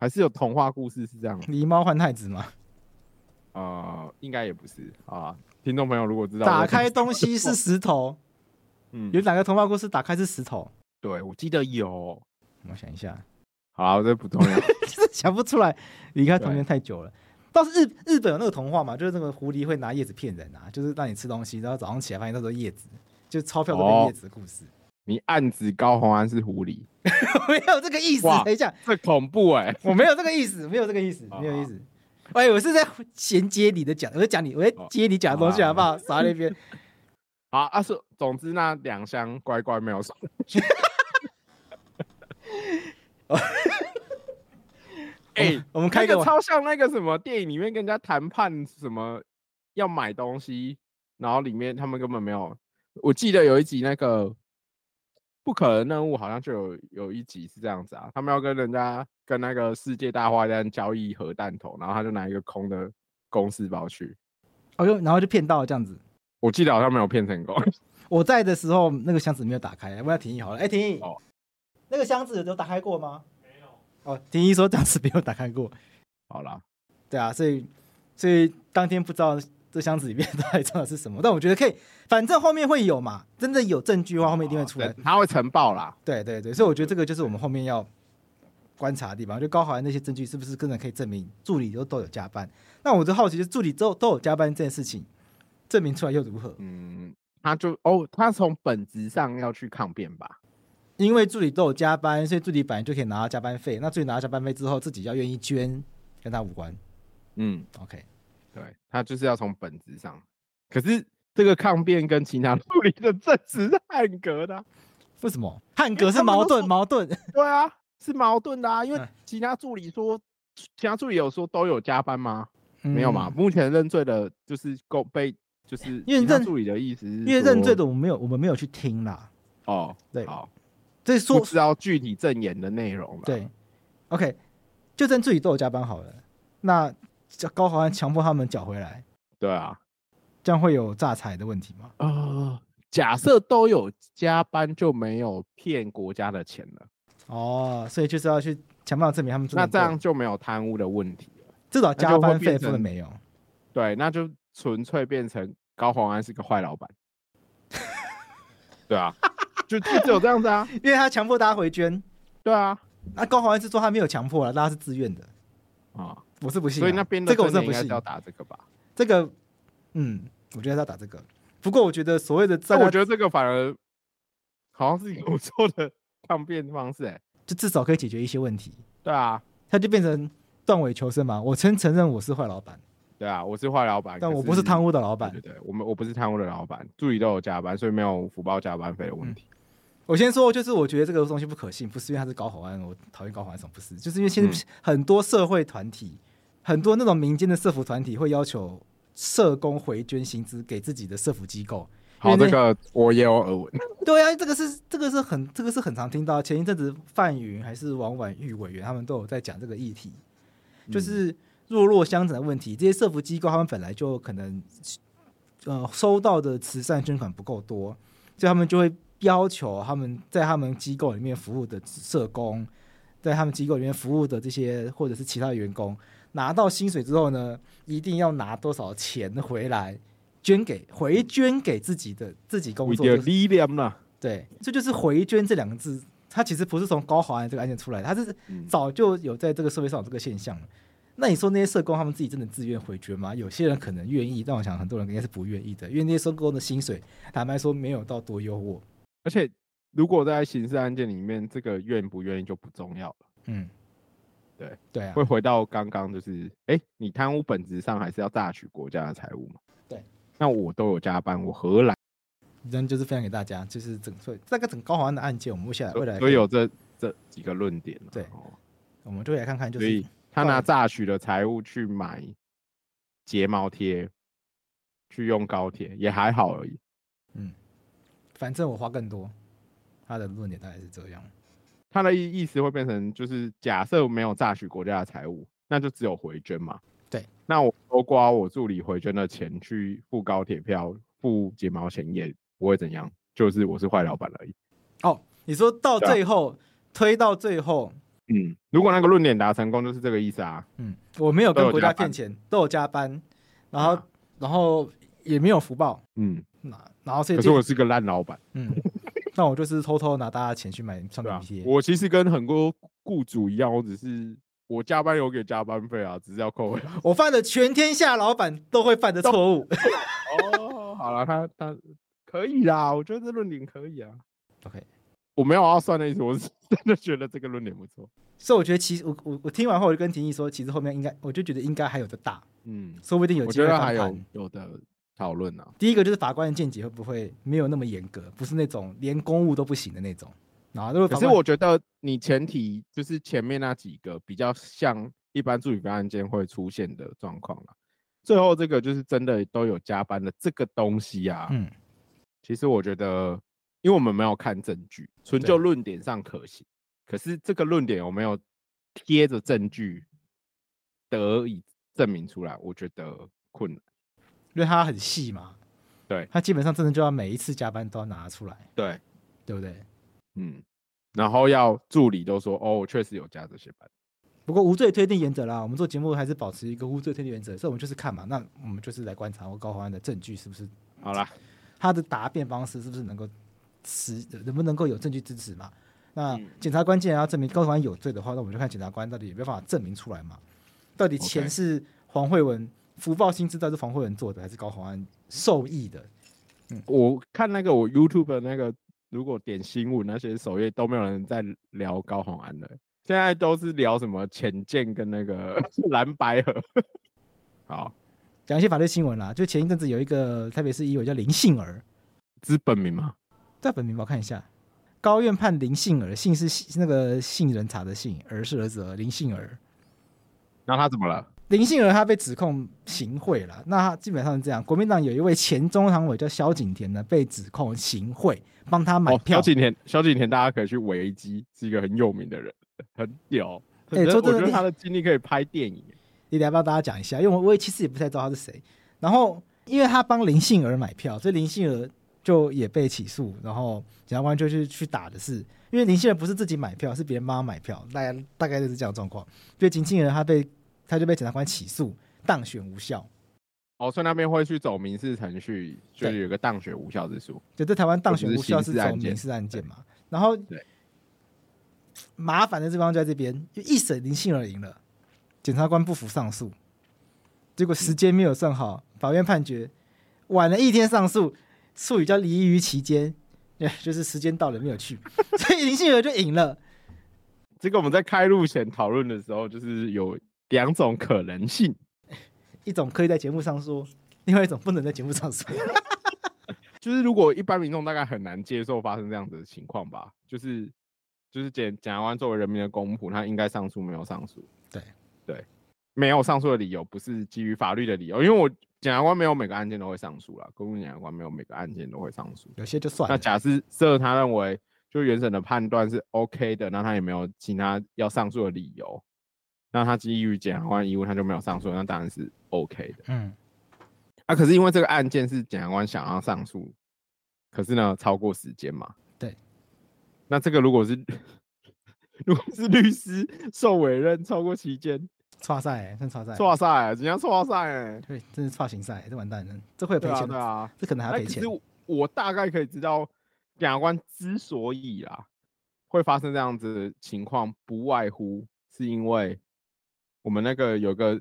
还是有童话故事是 这样？
狸猫换太子嘛，
呃，应该也不是啊。听众朋友如果知道，
打开，东西是石头，
嗯，
有哪个童话故事打开是石头？
对，我记得有。
我想一下，
好，这不重要。
就是想不出来，离开童年太久了。倒是日日本有那个童话嘛，就是那个狐狸会拿叶子骗人啊，就是让你吃东西，然后早上起来发现那都是叶子，就钞票都
哦
变叶子的故事。
你暗指高洪安是狐狸，
我 没有这个意思，
哇
等一下，
这恐怖哎、
我没有这个意思，没有这个意思，
好
没有意思。喂，我是在衔接你的讲，我在讲你，我在接你讲的东西，好不好？傻在那边，
好啊，是，总之那两箱乖乖没有 送。哎、
我们开
那
个
个超像那个什么电影里面跟人家谈判什么要买东西，然后里面他们根本没有。我记得有一集那个不可能任务，好像就有有一集是这样子啊，他们要跟人家跟那个世界大坏蛋交易核弹头，然后他就拿一个空的公司包去。
哦哟，然后就骗到了这样子。
我记得好像没有骗成功。
我在的时候，那个箱子没有打开，问下婷宜好了。哎、婷宜，
哦
那个箱子有打开过吗？没有。哦，婷宜说当时没有打开过。
好啦，
对啊，所以所以当天不知道这箱子里面 到底装的是什么，但我觉得可以，反正后面会有嘛，真的有证据的话，后面一定会出来。
他会呈报啦。
对对对，所以我觉得这个就是我们后面要观察的地方，就高考案那些证据是不是真的可以证明助理都都有加班？那我就好奇，就是助理都都有加班这件事情，证明出来又如何？
嗯，他就哦，他从本质上要去抗辩吧。
因为助理都有加班，所以助理本来就可以拿到加班费。那助理拿到加班费之后，自己要愿意捐，跟他无关。
嗯，
OK，
对他就是要从本质上。可是这个抗辩跟其他助理的证词是汉格的啊、
为什么汉格是矛盾？矛盾
对啊，是矛盾的啊，因为
嗯
其他助理说，其他助理有说都有加班吗？没有嘛，
嗯
目前认罪的就是够被。就是
因为
其他
认
助理的意思是说，
因为认罪的我们没有，我们没有去听啦。
哦，
对
好，
所以
不
说
知道具体证言的内容了。
对，OK，就算助理都有加班好了，那叫高华安强迫他们缴回来，
对啊，
这样会有诈财的问题吗？
呃，假设都有加班，就没有骗国家的钱了，
哦，所以就是要去想办法证明他们真的
那这样就没有贪污的问题了。
至少加班费
那就会变
付
成
了没有？
对，那就纯粹变成高宏安是个坏 老板。对啊，就就只有这样子啊。
因为他强迫大家回捐，
对啊，
那高华安是说他没有强迫了，大家是自愿的。
啊、
我是不信啊、
所以那边的
这个我
证
真
件
的不
应该
信
是。要打这个吧？
这个，嗯，我觉得他要打这个。不过我觉得所谓的在
但
他，
我觉得这个反而好像是一个不错的 抗辩方式、欸。
就至少可以解决一些问题。
对啊，
他就变成断尾求生嘛。我承承认我是坏老板，
对啊，我是坏老板，
但
可
我不是贪污的老板
对。对对，我们我不是贪污的老板，助理都有加班，所以没有福报加班费的问
嗯
题。
我先说，就是我觉得这个东西不可信，不是因为他是搞好案，我讨厌搞好案什么不 是，就是因为现在
嗯
很多社会团体，很多那种民间的社服团体会要求社工回捐薪资给自己的社服机构。因
好，
为
这
那
个我也有耳闻。
对啊，这个是这个是很这个是很常听到。啊前一阵子范云还是王婉玉委员他们都有在讲这个议题，就是弱弱相残的问题。这些社福机构他们本来就可能呃收到的慈善捐款不够多，所以他们就会要求他们在他们机构里面服务的社工，在他们机构里面服务的这些或者是其他员工拿到薪水之后呢，一定要拿多少钱回来。捐给回捐给自己的自己工
为
作
着
就是
力量啦，
对，这就是回捐这两个字，它其实不是从高华安这个案件出来的，它是
嗯
早就有在这个社会上有这个现象了。那你说那些社工他们自己真的自愿回捐吗？有些人可能愿意，但我想很多人应该是不愿意的，因为那些社工的薪水，坦白说没有到多优渥。
而且如果在刑事案件里面，这个愿不愿意就不重要了。
嗯，对啊
会，回到刚刚就是，哎、你贪污本质上还是要榨取国家的财物嘛？
对。
那我都有加班，我何来？
真就是分享给大家，就是整所以这个整高华安的案件，我们下来未来
所以有这这几个论点、啊。
对
哦
我们就会来看看，就
所
是
以他拿榨取的财物去买睫毛贴，去用高铁也还好而已。
反正我花更多。他的论点大概是这样，
他的意意思会变成就是，假设没有榨取国家的财物，那就只有回捐嘛。
对，
那我包括我助理回捐的钱去付高铁票、付睫毛钱也不会怎样，就是我是坏老板而已。
哦，你说到
对啊
最后、推到最后，
嗯，如果那个论点达成功，就是这个意思啊。
嗯，我没有
都
跟
有
国
加
家
班
骗钱，都有加班，然后、
啊
然后也没有福报，
嗯，
那然后所以
可是我是个烂老板，
嗯，那我就是偷偷拿大家钱去买创
对
品 P，、，
啊我其实跟很多雇主一样，我只是我加班有给加班费啊，只是要扣回来。
我犯了全天下老板都会犯的错 误。
哦，好了，他他可以啦，我觉得这论点可以啊。
OK，
我没有要算的意思，我是 真的觉得这个论点不错。
所以我觉得其实我我我听完后，我就跟婷宜说，其实后面应该我就觉得应该还有的大，
嗯，
说不定有
我
机
觉
会
得
翻
还有
盘。
有的讨论啊。
第一个就是法官的见解会不会没有那么严格，不是那种连公务都不行的那种。然后如果
可
法
是
官
我觉得你前提就是前面那几个比较像一般助理办案件会出现的状况啦。最后这个就是真的都有加班的这个东西啊，
嗯
其实我觉得，因为我们没有看证据，纯就
对
论点上可行，可是这个论点有没有贴着证据得以证明出来，我觉得困难。
因为他很细嘛，
对
他基本上真的就要每一次加班都要拿出来，
对，
对不对？
嗯，然后要助理都说，哦，我确实有加这些班。
不过无罪推定原则啦，我们做节目还是保持一个无罪推定原则，所以我们就是看嘛，那我们就是来观察高法案的证据是不是
好啦，
他的答辩方式是不是能够持能不能够有证据支持嘛？那
嗯
检察官既然要证明高官有罪的话，那我们就看检察官到底有没有办法证明出来嘛？到底
OK
钱是黄慧文福报薪资到底是黄慧文做的，还是高宏安受益的？嗯
我看那个我 YouTube 的那个，如果点新闻那些首页都没有人在聊高虹安的，现在都是聊什么浅见跟 那个蓝白河。好，
讲一些法律新闻啦，就前一阵子有一个台北市议委叫林杏儿，
这是本名吗？
在本名吧我看一下，高院判林杏儿，杏是杏那个杏仁茶的杏，儿是儿子的儿，林杏儿。
那他怎么了？
林杏儿她被指控行贿了，那她基本上是这样。国民党有一位前中常委叫萧景田呢，被指控行贿，帮他买
哦，
票。
萧敬腾，萧敬腾大家可以去维基，是一个很有名的人，很屌。
哎
我
说
觉
真的
得
厉
他的经历可以拍电影。
你来帮大家讲一下，因为我我也其实也不太知道他是谁。然后，因为他帮林杏儿买票，所以林杏儿就也被起诉，然后检察官就去去打的是，因为林杏儿不是自己买票，是别人帮她买票，大概大概就是这样的状况。所以林杏儿她被她就被检察官起诉，当选无效。
哦，所以那边会去走民事程序，就
对
是有个当选无效之诉。
就在台湾当选
或者
无
是
效是
刑事案
走民
件
事案件嘛，然后
对
麻烦的地方就在这边，就一审林杏儿赢了，检察官不服上诉，结果时间没有算好，法院判决晚了一天上诉，术语叫离于期间， 就是时间到了没有去， 所以林杏儿就赢了。
这个我们在开路前讨论的时候，就是有两种可能性。
一种可以在节目上说，另外一种不能在节目上说。
就是如果一般民众大概很难接受发生这样子的情况吧，就是就是检检察官作为人民的公仆，他应该上诉没有上诉，
对
对，没有上诉的理由不是基于法律的理由，因为我检察官没有每个案件都会上诉啦，公务检察官没有每个案件都会上诉。
有些就算
那
了，
假设设他认为就原审的判断是 OK 的，那他也没有其他要上诉的理由，那他基于检察官义务他就没有上诉，那当然是 OK 的。
嗯，
啊，可是因为这个案件是检察官想要上诉，可是呢超过时间嘛。
对。
那这个如果是 如果是律师受委任超过期间，
刷赛、欸，算刷赛、
错赛，人家错赛欸，
对，真是刷刑赛、这完蛋了，这会有赔
对啊
钱的，
对啊。
这可能还要
那
赔
可
钱
是。我我大概可以知道，检察官之所以啦会发生这样子的情况，不外乎是因为我们那个有个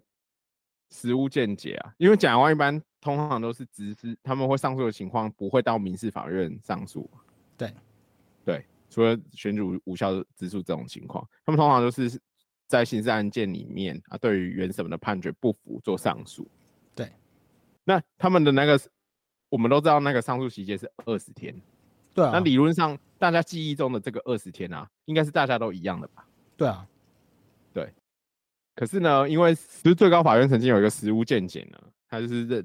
实务见解啊，因为检察官一般通常都是只是他们会上诉的情况不会到民事法院上诉嘛，
对
对，除了选举无效之诉这种情况，他们通常就是在刑事案件里面啊，对于原审的判决不服做上诉。
对，
那他们的那个，我们都知道那个上诉期间是二十天，
对啊
那，理论上大家记忆中的这个二十天啊，应该是大家都一样的吧？
对啊，
可是呢，因为就是最高法院曾经有一个实务见解呢，他就是认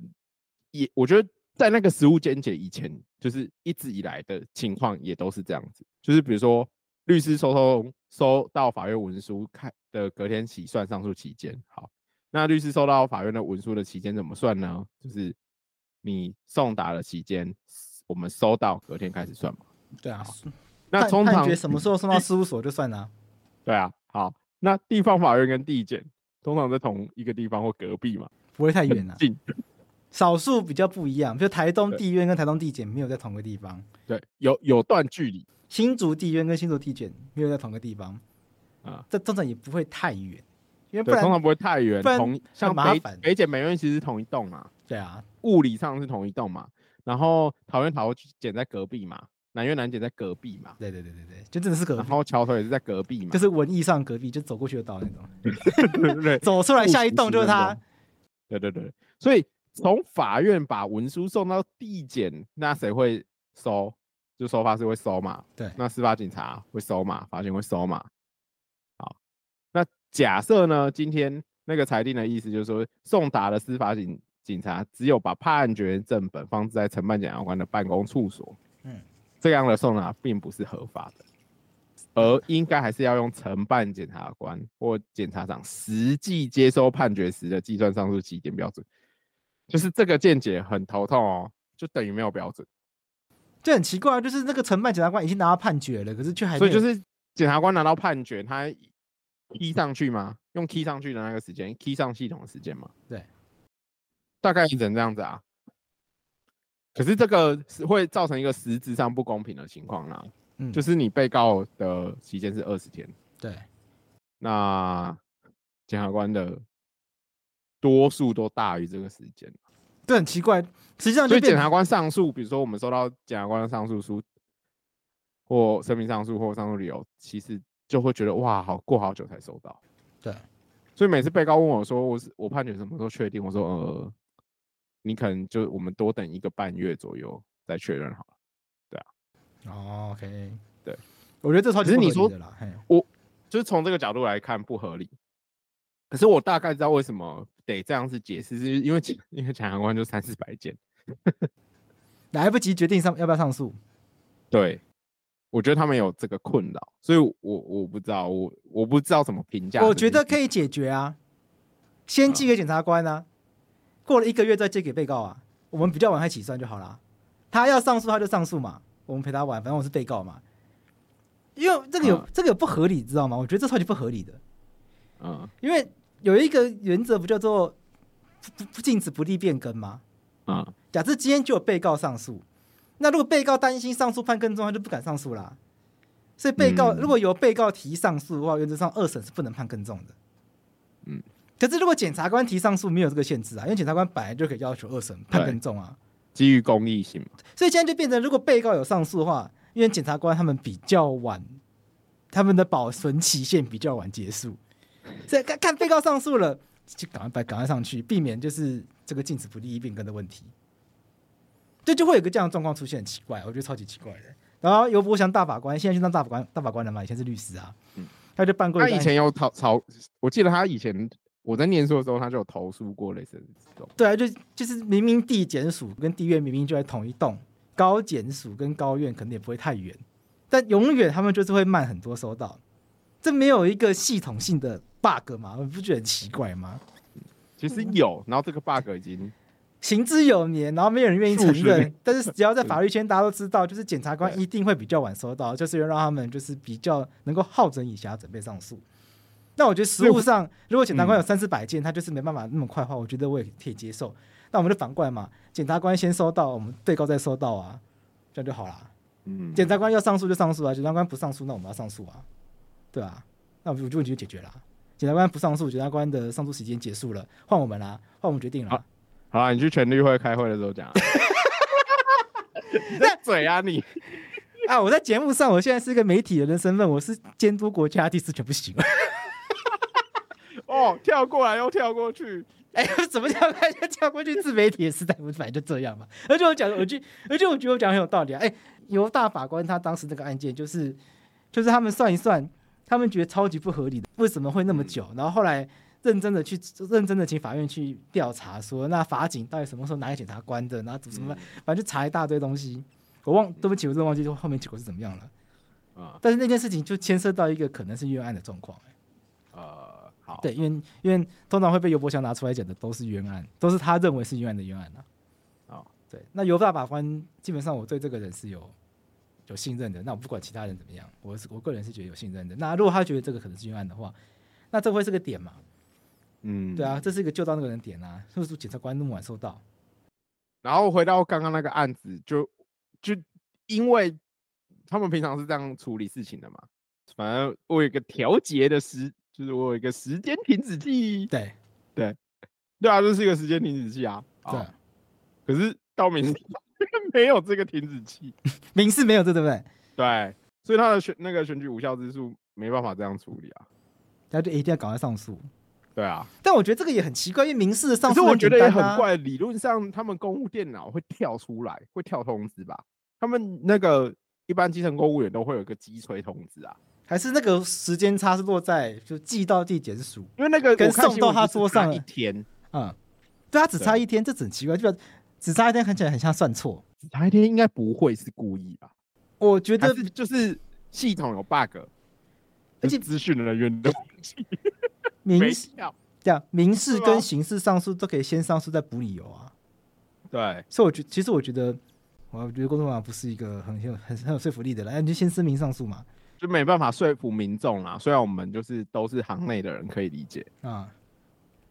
也，我觉得在那个实务见解以前，就是一直以来的情况也都是这样子，就是比如说律师收收收到法院文书开的隔天起算上诉期间，好，那律师收到法院的文书的期间怎么算呢？就是你送达的期间，我们收到隔天开始算嘛。
对啊。
那
判
通
判
常
决什么时候送到事务所就算了啊、
对啊，好，那地方法院跟地检通常在同一个地方或隔壁嘛，
不会太
很
远啊。
近。
少数比较不一样，就台东
对
地院跟台东地检没有在同个地方，
对，有有段距离
新竹地院跟新竹地检没有在同个地方，
啊，
这通常也不会太远，因为不
对，通
然
常不会太远。
不然
同像
麻
北
烦
北检美院其实是同一栋嘛，
对啊，
物理上是同一栋嘛，然后桃园桃检在隔壁嘛，南院南检在隔壁嘛，
对对对对对，就真的是隔
然
壁，
后桥头也是在隔壁嘛，
就是文艺上隔壁，就走过去就到那种，
对 对对
走出来下一栋就是
步行
他
十，对对对，所以从法院把文书送到地检，那谁会收？就收发室会收嘛，
对
那司法警察会收嘛，法警会收嘛。好，那假设呢，今天那个裁定的意思就是说，送达的司法警警察只有把判决正本放置在承办检察官的办公处所，
嗯
嗯，这样的送达并不是合法的，而应该还是要用承办检察官或检察长实际接收判决时的计算上诉起点标准。就是这个见解很头痛哦，就等于没有标准。
就很奇怪，啊就是那个承办检察官已经拿到判决了，可是却还没
所
有
以就是检察官拿到判决，他 key 上去吗？用 key 上去的那个时间，key 上系统的时间吗？
对，
大概只能这样子啊。可是这个是会造成一个实质上不公平的情况啦、
嗯
就是你被告的期间是二十天，
对
那检察官的多数都大于这个时间，
这很奇怪，实际上
所
就
以检
变
察官上诉，比如说我们收到检察官的上诉书或声明上诉或上诉理由，其实就会觉得哇，好过好久才收到。
对，
所以每次被告问我说我是我判决什么时候确定，我说呃，你可能就我们多等一个半月左右再确认好了。
哦，OK，
对，
我觉得这超级
只是
不
你
合理
说
的啦，嘿
就是从这个角度来看不合理。可是我大概知道为什么得这样子解释，是因为检因为检察官就三四百件，
来不及决定上要不要上诉，
对，我觉得他们有这个困扰，所以我我不知道，我我不知道怎么评价这件事。
我觉得可以解决啊，先寄给检察官啊，过了一个月再寄给被告啊，我们比较晚开起算就好啦。他要上诉他就上诉嘛，我们陪他玩，反正我是被告嘛。因为这个有、
嗯
这个有不合理，知道吗？我觉得这超级不合理的，
嗯
因为有一个原则不叫做不不禁止不利变更吗？
嗯
假设今天就有被告上诉，那如果被告担心上诉判更重，他就不敢上诉啦。所以被告、
嗯
如果由被告提上诉的话，原则上二审是不能判更重的。
嗯，
可是如果检察官提上诉没有这个限制啊，因为检察官本来就可以要求二审判更重啊。
基于公益性嘛，
所以现在就变成，如果被告有上诉的话，因为检察官他们比较晚，他们的保存期限比较晚结束，所以看看被告上诉了，就赶快赶快上去，避免就是这个禁止不利益变更的问题。这就会有个这样的状况出现，很奇怪，我觉得超级奇怪的。然后尤伯祥大法官现在去当大法官，大法官了嘛，以前是律师啊，
嗯
他就办过一
他
个
以
案
前有讨讨，我记得他以前我在念书的时候，他就有投诉过类似的这种。
对啊，就就是明明地检署跟地院明明就在同一栋，高检署跟高院可能也不会太远，但永远他们就是会慢很多收到，这没有一个系统性的 bug 嘛？你不觉得很奇怪吗？
其实
嗯
有，然后这个 bug 已经
行之有年，然后没有人愿意承
数十
认
年，
但是只要在法律圈，大家都知道，就是检察官一定会比较晚收到，就是要让他们就是比较能够好整以暇，准备上诉。那我觉得实务上，如果检察官有三四百件，他就是没办法那么快的话，我觉得我也可以接受。那我们就反过来嘛，检察官先收到，我们被告再收到啊，这样就好啦。
嗯，
检察官要上诉就上诉啊，检察官不上诉，那我们要上诉啊，对啊，那我们就问题就解决了啊。检察官不上诉，检察官的上诉时间结束了，换我们啦、换我们决定了啊、
好啦，你去全律会开会的时 候讲啊。你在嘴啊你！
啊，我在节目上，我现在是一个媒体人的身份，我是监督国家第四权不行。
哦，跳过来又跳过去，
哎，怎么讲？ 快就跳过去，自媒体的时代不是反正就这样嘛。而且我讲，我就而且我觉得我讲得很有道理啊。哎，犹大法官他当时那个案件，就是就是他们算一算，他们觉得超级不合理的，为什么会那么久？然后后来认真的去认真的请法院去调查说，那法警到底什么时候拿给检察官的，然后怎么怎
嗯
么，反正就查一大堆东西。我忘，对不起，我真的忘记后面结果是怎么样了。
啊
但是那件事情就牵涉到一个可能是冤案的状况、哎
呃，好，
对，因为因为通常会被尤伯祥拿出来讲的都是冤案，都是他认为是冤案的冤案啊。
好，
对，那尤大法官基本上我对这个人是有有信任的，那我不管其他人怎么样，我是我个人是觉得有信任的。那如果他觉得这个可能是冤案的话，那这会是个点嘛？
嗯，
对啊，这是一个救到那个人的点啊，是不是检察官那么晚收到？
然后回到刚刚那个案子，就就因为他们平常是这样处理事情的嘛，反正我有一个调节的时，就是我有一个时间停止器，
对
对啊，这是一个时间停止器啊。
对
啊，可是道明寺 没有这个停止器，
民事没有这对不对？
对，所以他的选那个选举无效之诉没办法这样处理啊。
他就一定要赶快上诉。
对啊，
但我觉得这个也很奇怪，因为民事的上
可是
诉、
我觉得也
啊
很。啊怪，理论上他们公务电脑会跳出来，会跳通知吧？他们那个一般基层公务员都会有一个击锤通知啊，
还是那个时间差是落在就寄到地检署，
因为那个
跟
我看
送
新
到
闻
他
就是
桌
差
上
一
了
天，
嗯，对他只差一天，这很奇怪，就只差一天看起来很像算错。
差一天应该不会是故意吧？
我觉
还
得
是就是系统有 bug，
而且
而且资讯人员都没
民事
跳，
这样，民事
是吗
啊跟刑事上诉都可以先上诉再补理由啊。
对，
所以我觉，其实我觉得，我觉得公众法不是一个很有很很有说服力的啦，那你就先声明上诉嘛。
就没办法说服民众啦。虽然我们就是都是行内的人，可以理解，
啊，
啊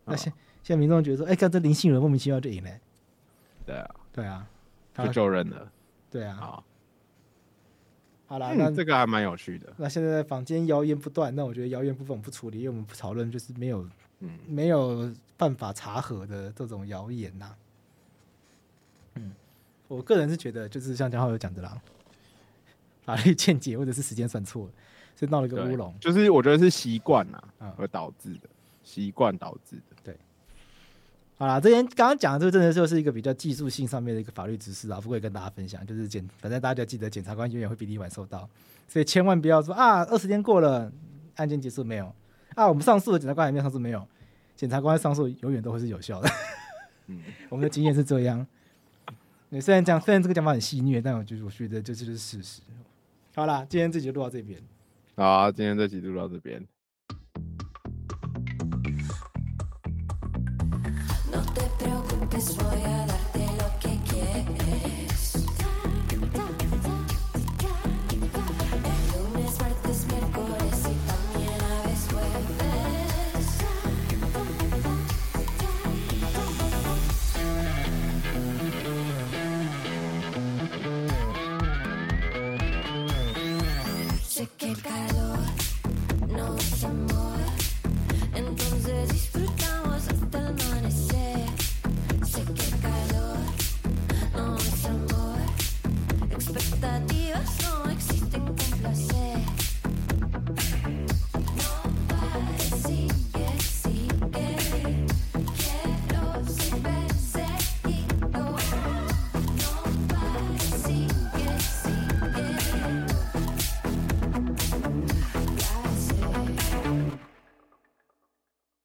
那现现在民众觉得说，哎、看这林信仁莫名其妙就赢了、
对啊，
对啊，他
就就认了。
对啊，
好，
好啦，那
嗯，这个还蛮有趣的，
那现在坊间谣言不断，那我觉得谣言部分我们不处理，因为我们不讨论就是没有
嗯，
没有办法查核的这种谣言呐、嗯，我个人是觉得，就是像江浩有讲的啦，法律 见解或者是时间算错了，所以闹了一个乌
对
龙。
就是我觉得是习惯
嗯
啊，而导致的，习惯导致的。
好啦，这边刚刚讲的这个真的就是一个比较技术性上面的一个法律知识啊，不过也跟大家分享，就是检，反正大家记得检察官永远会比你晚收到，所以千万不要说啊，二十天过了，案件结束没有？啊，我们上诉了，检察官还没有上诉没有？检察官上诉永远都会是有效的。
嗯，
我们的经验是这样。对，虽然讲，虽然这个讲法很戏谑，但我就是我觉得这就是事实。好啦，今天这集就录到这边。
好啊，今天这期录到这边。
No te preocupes, voy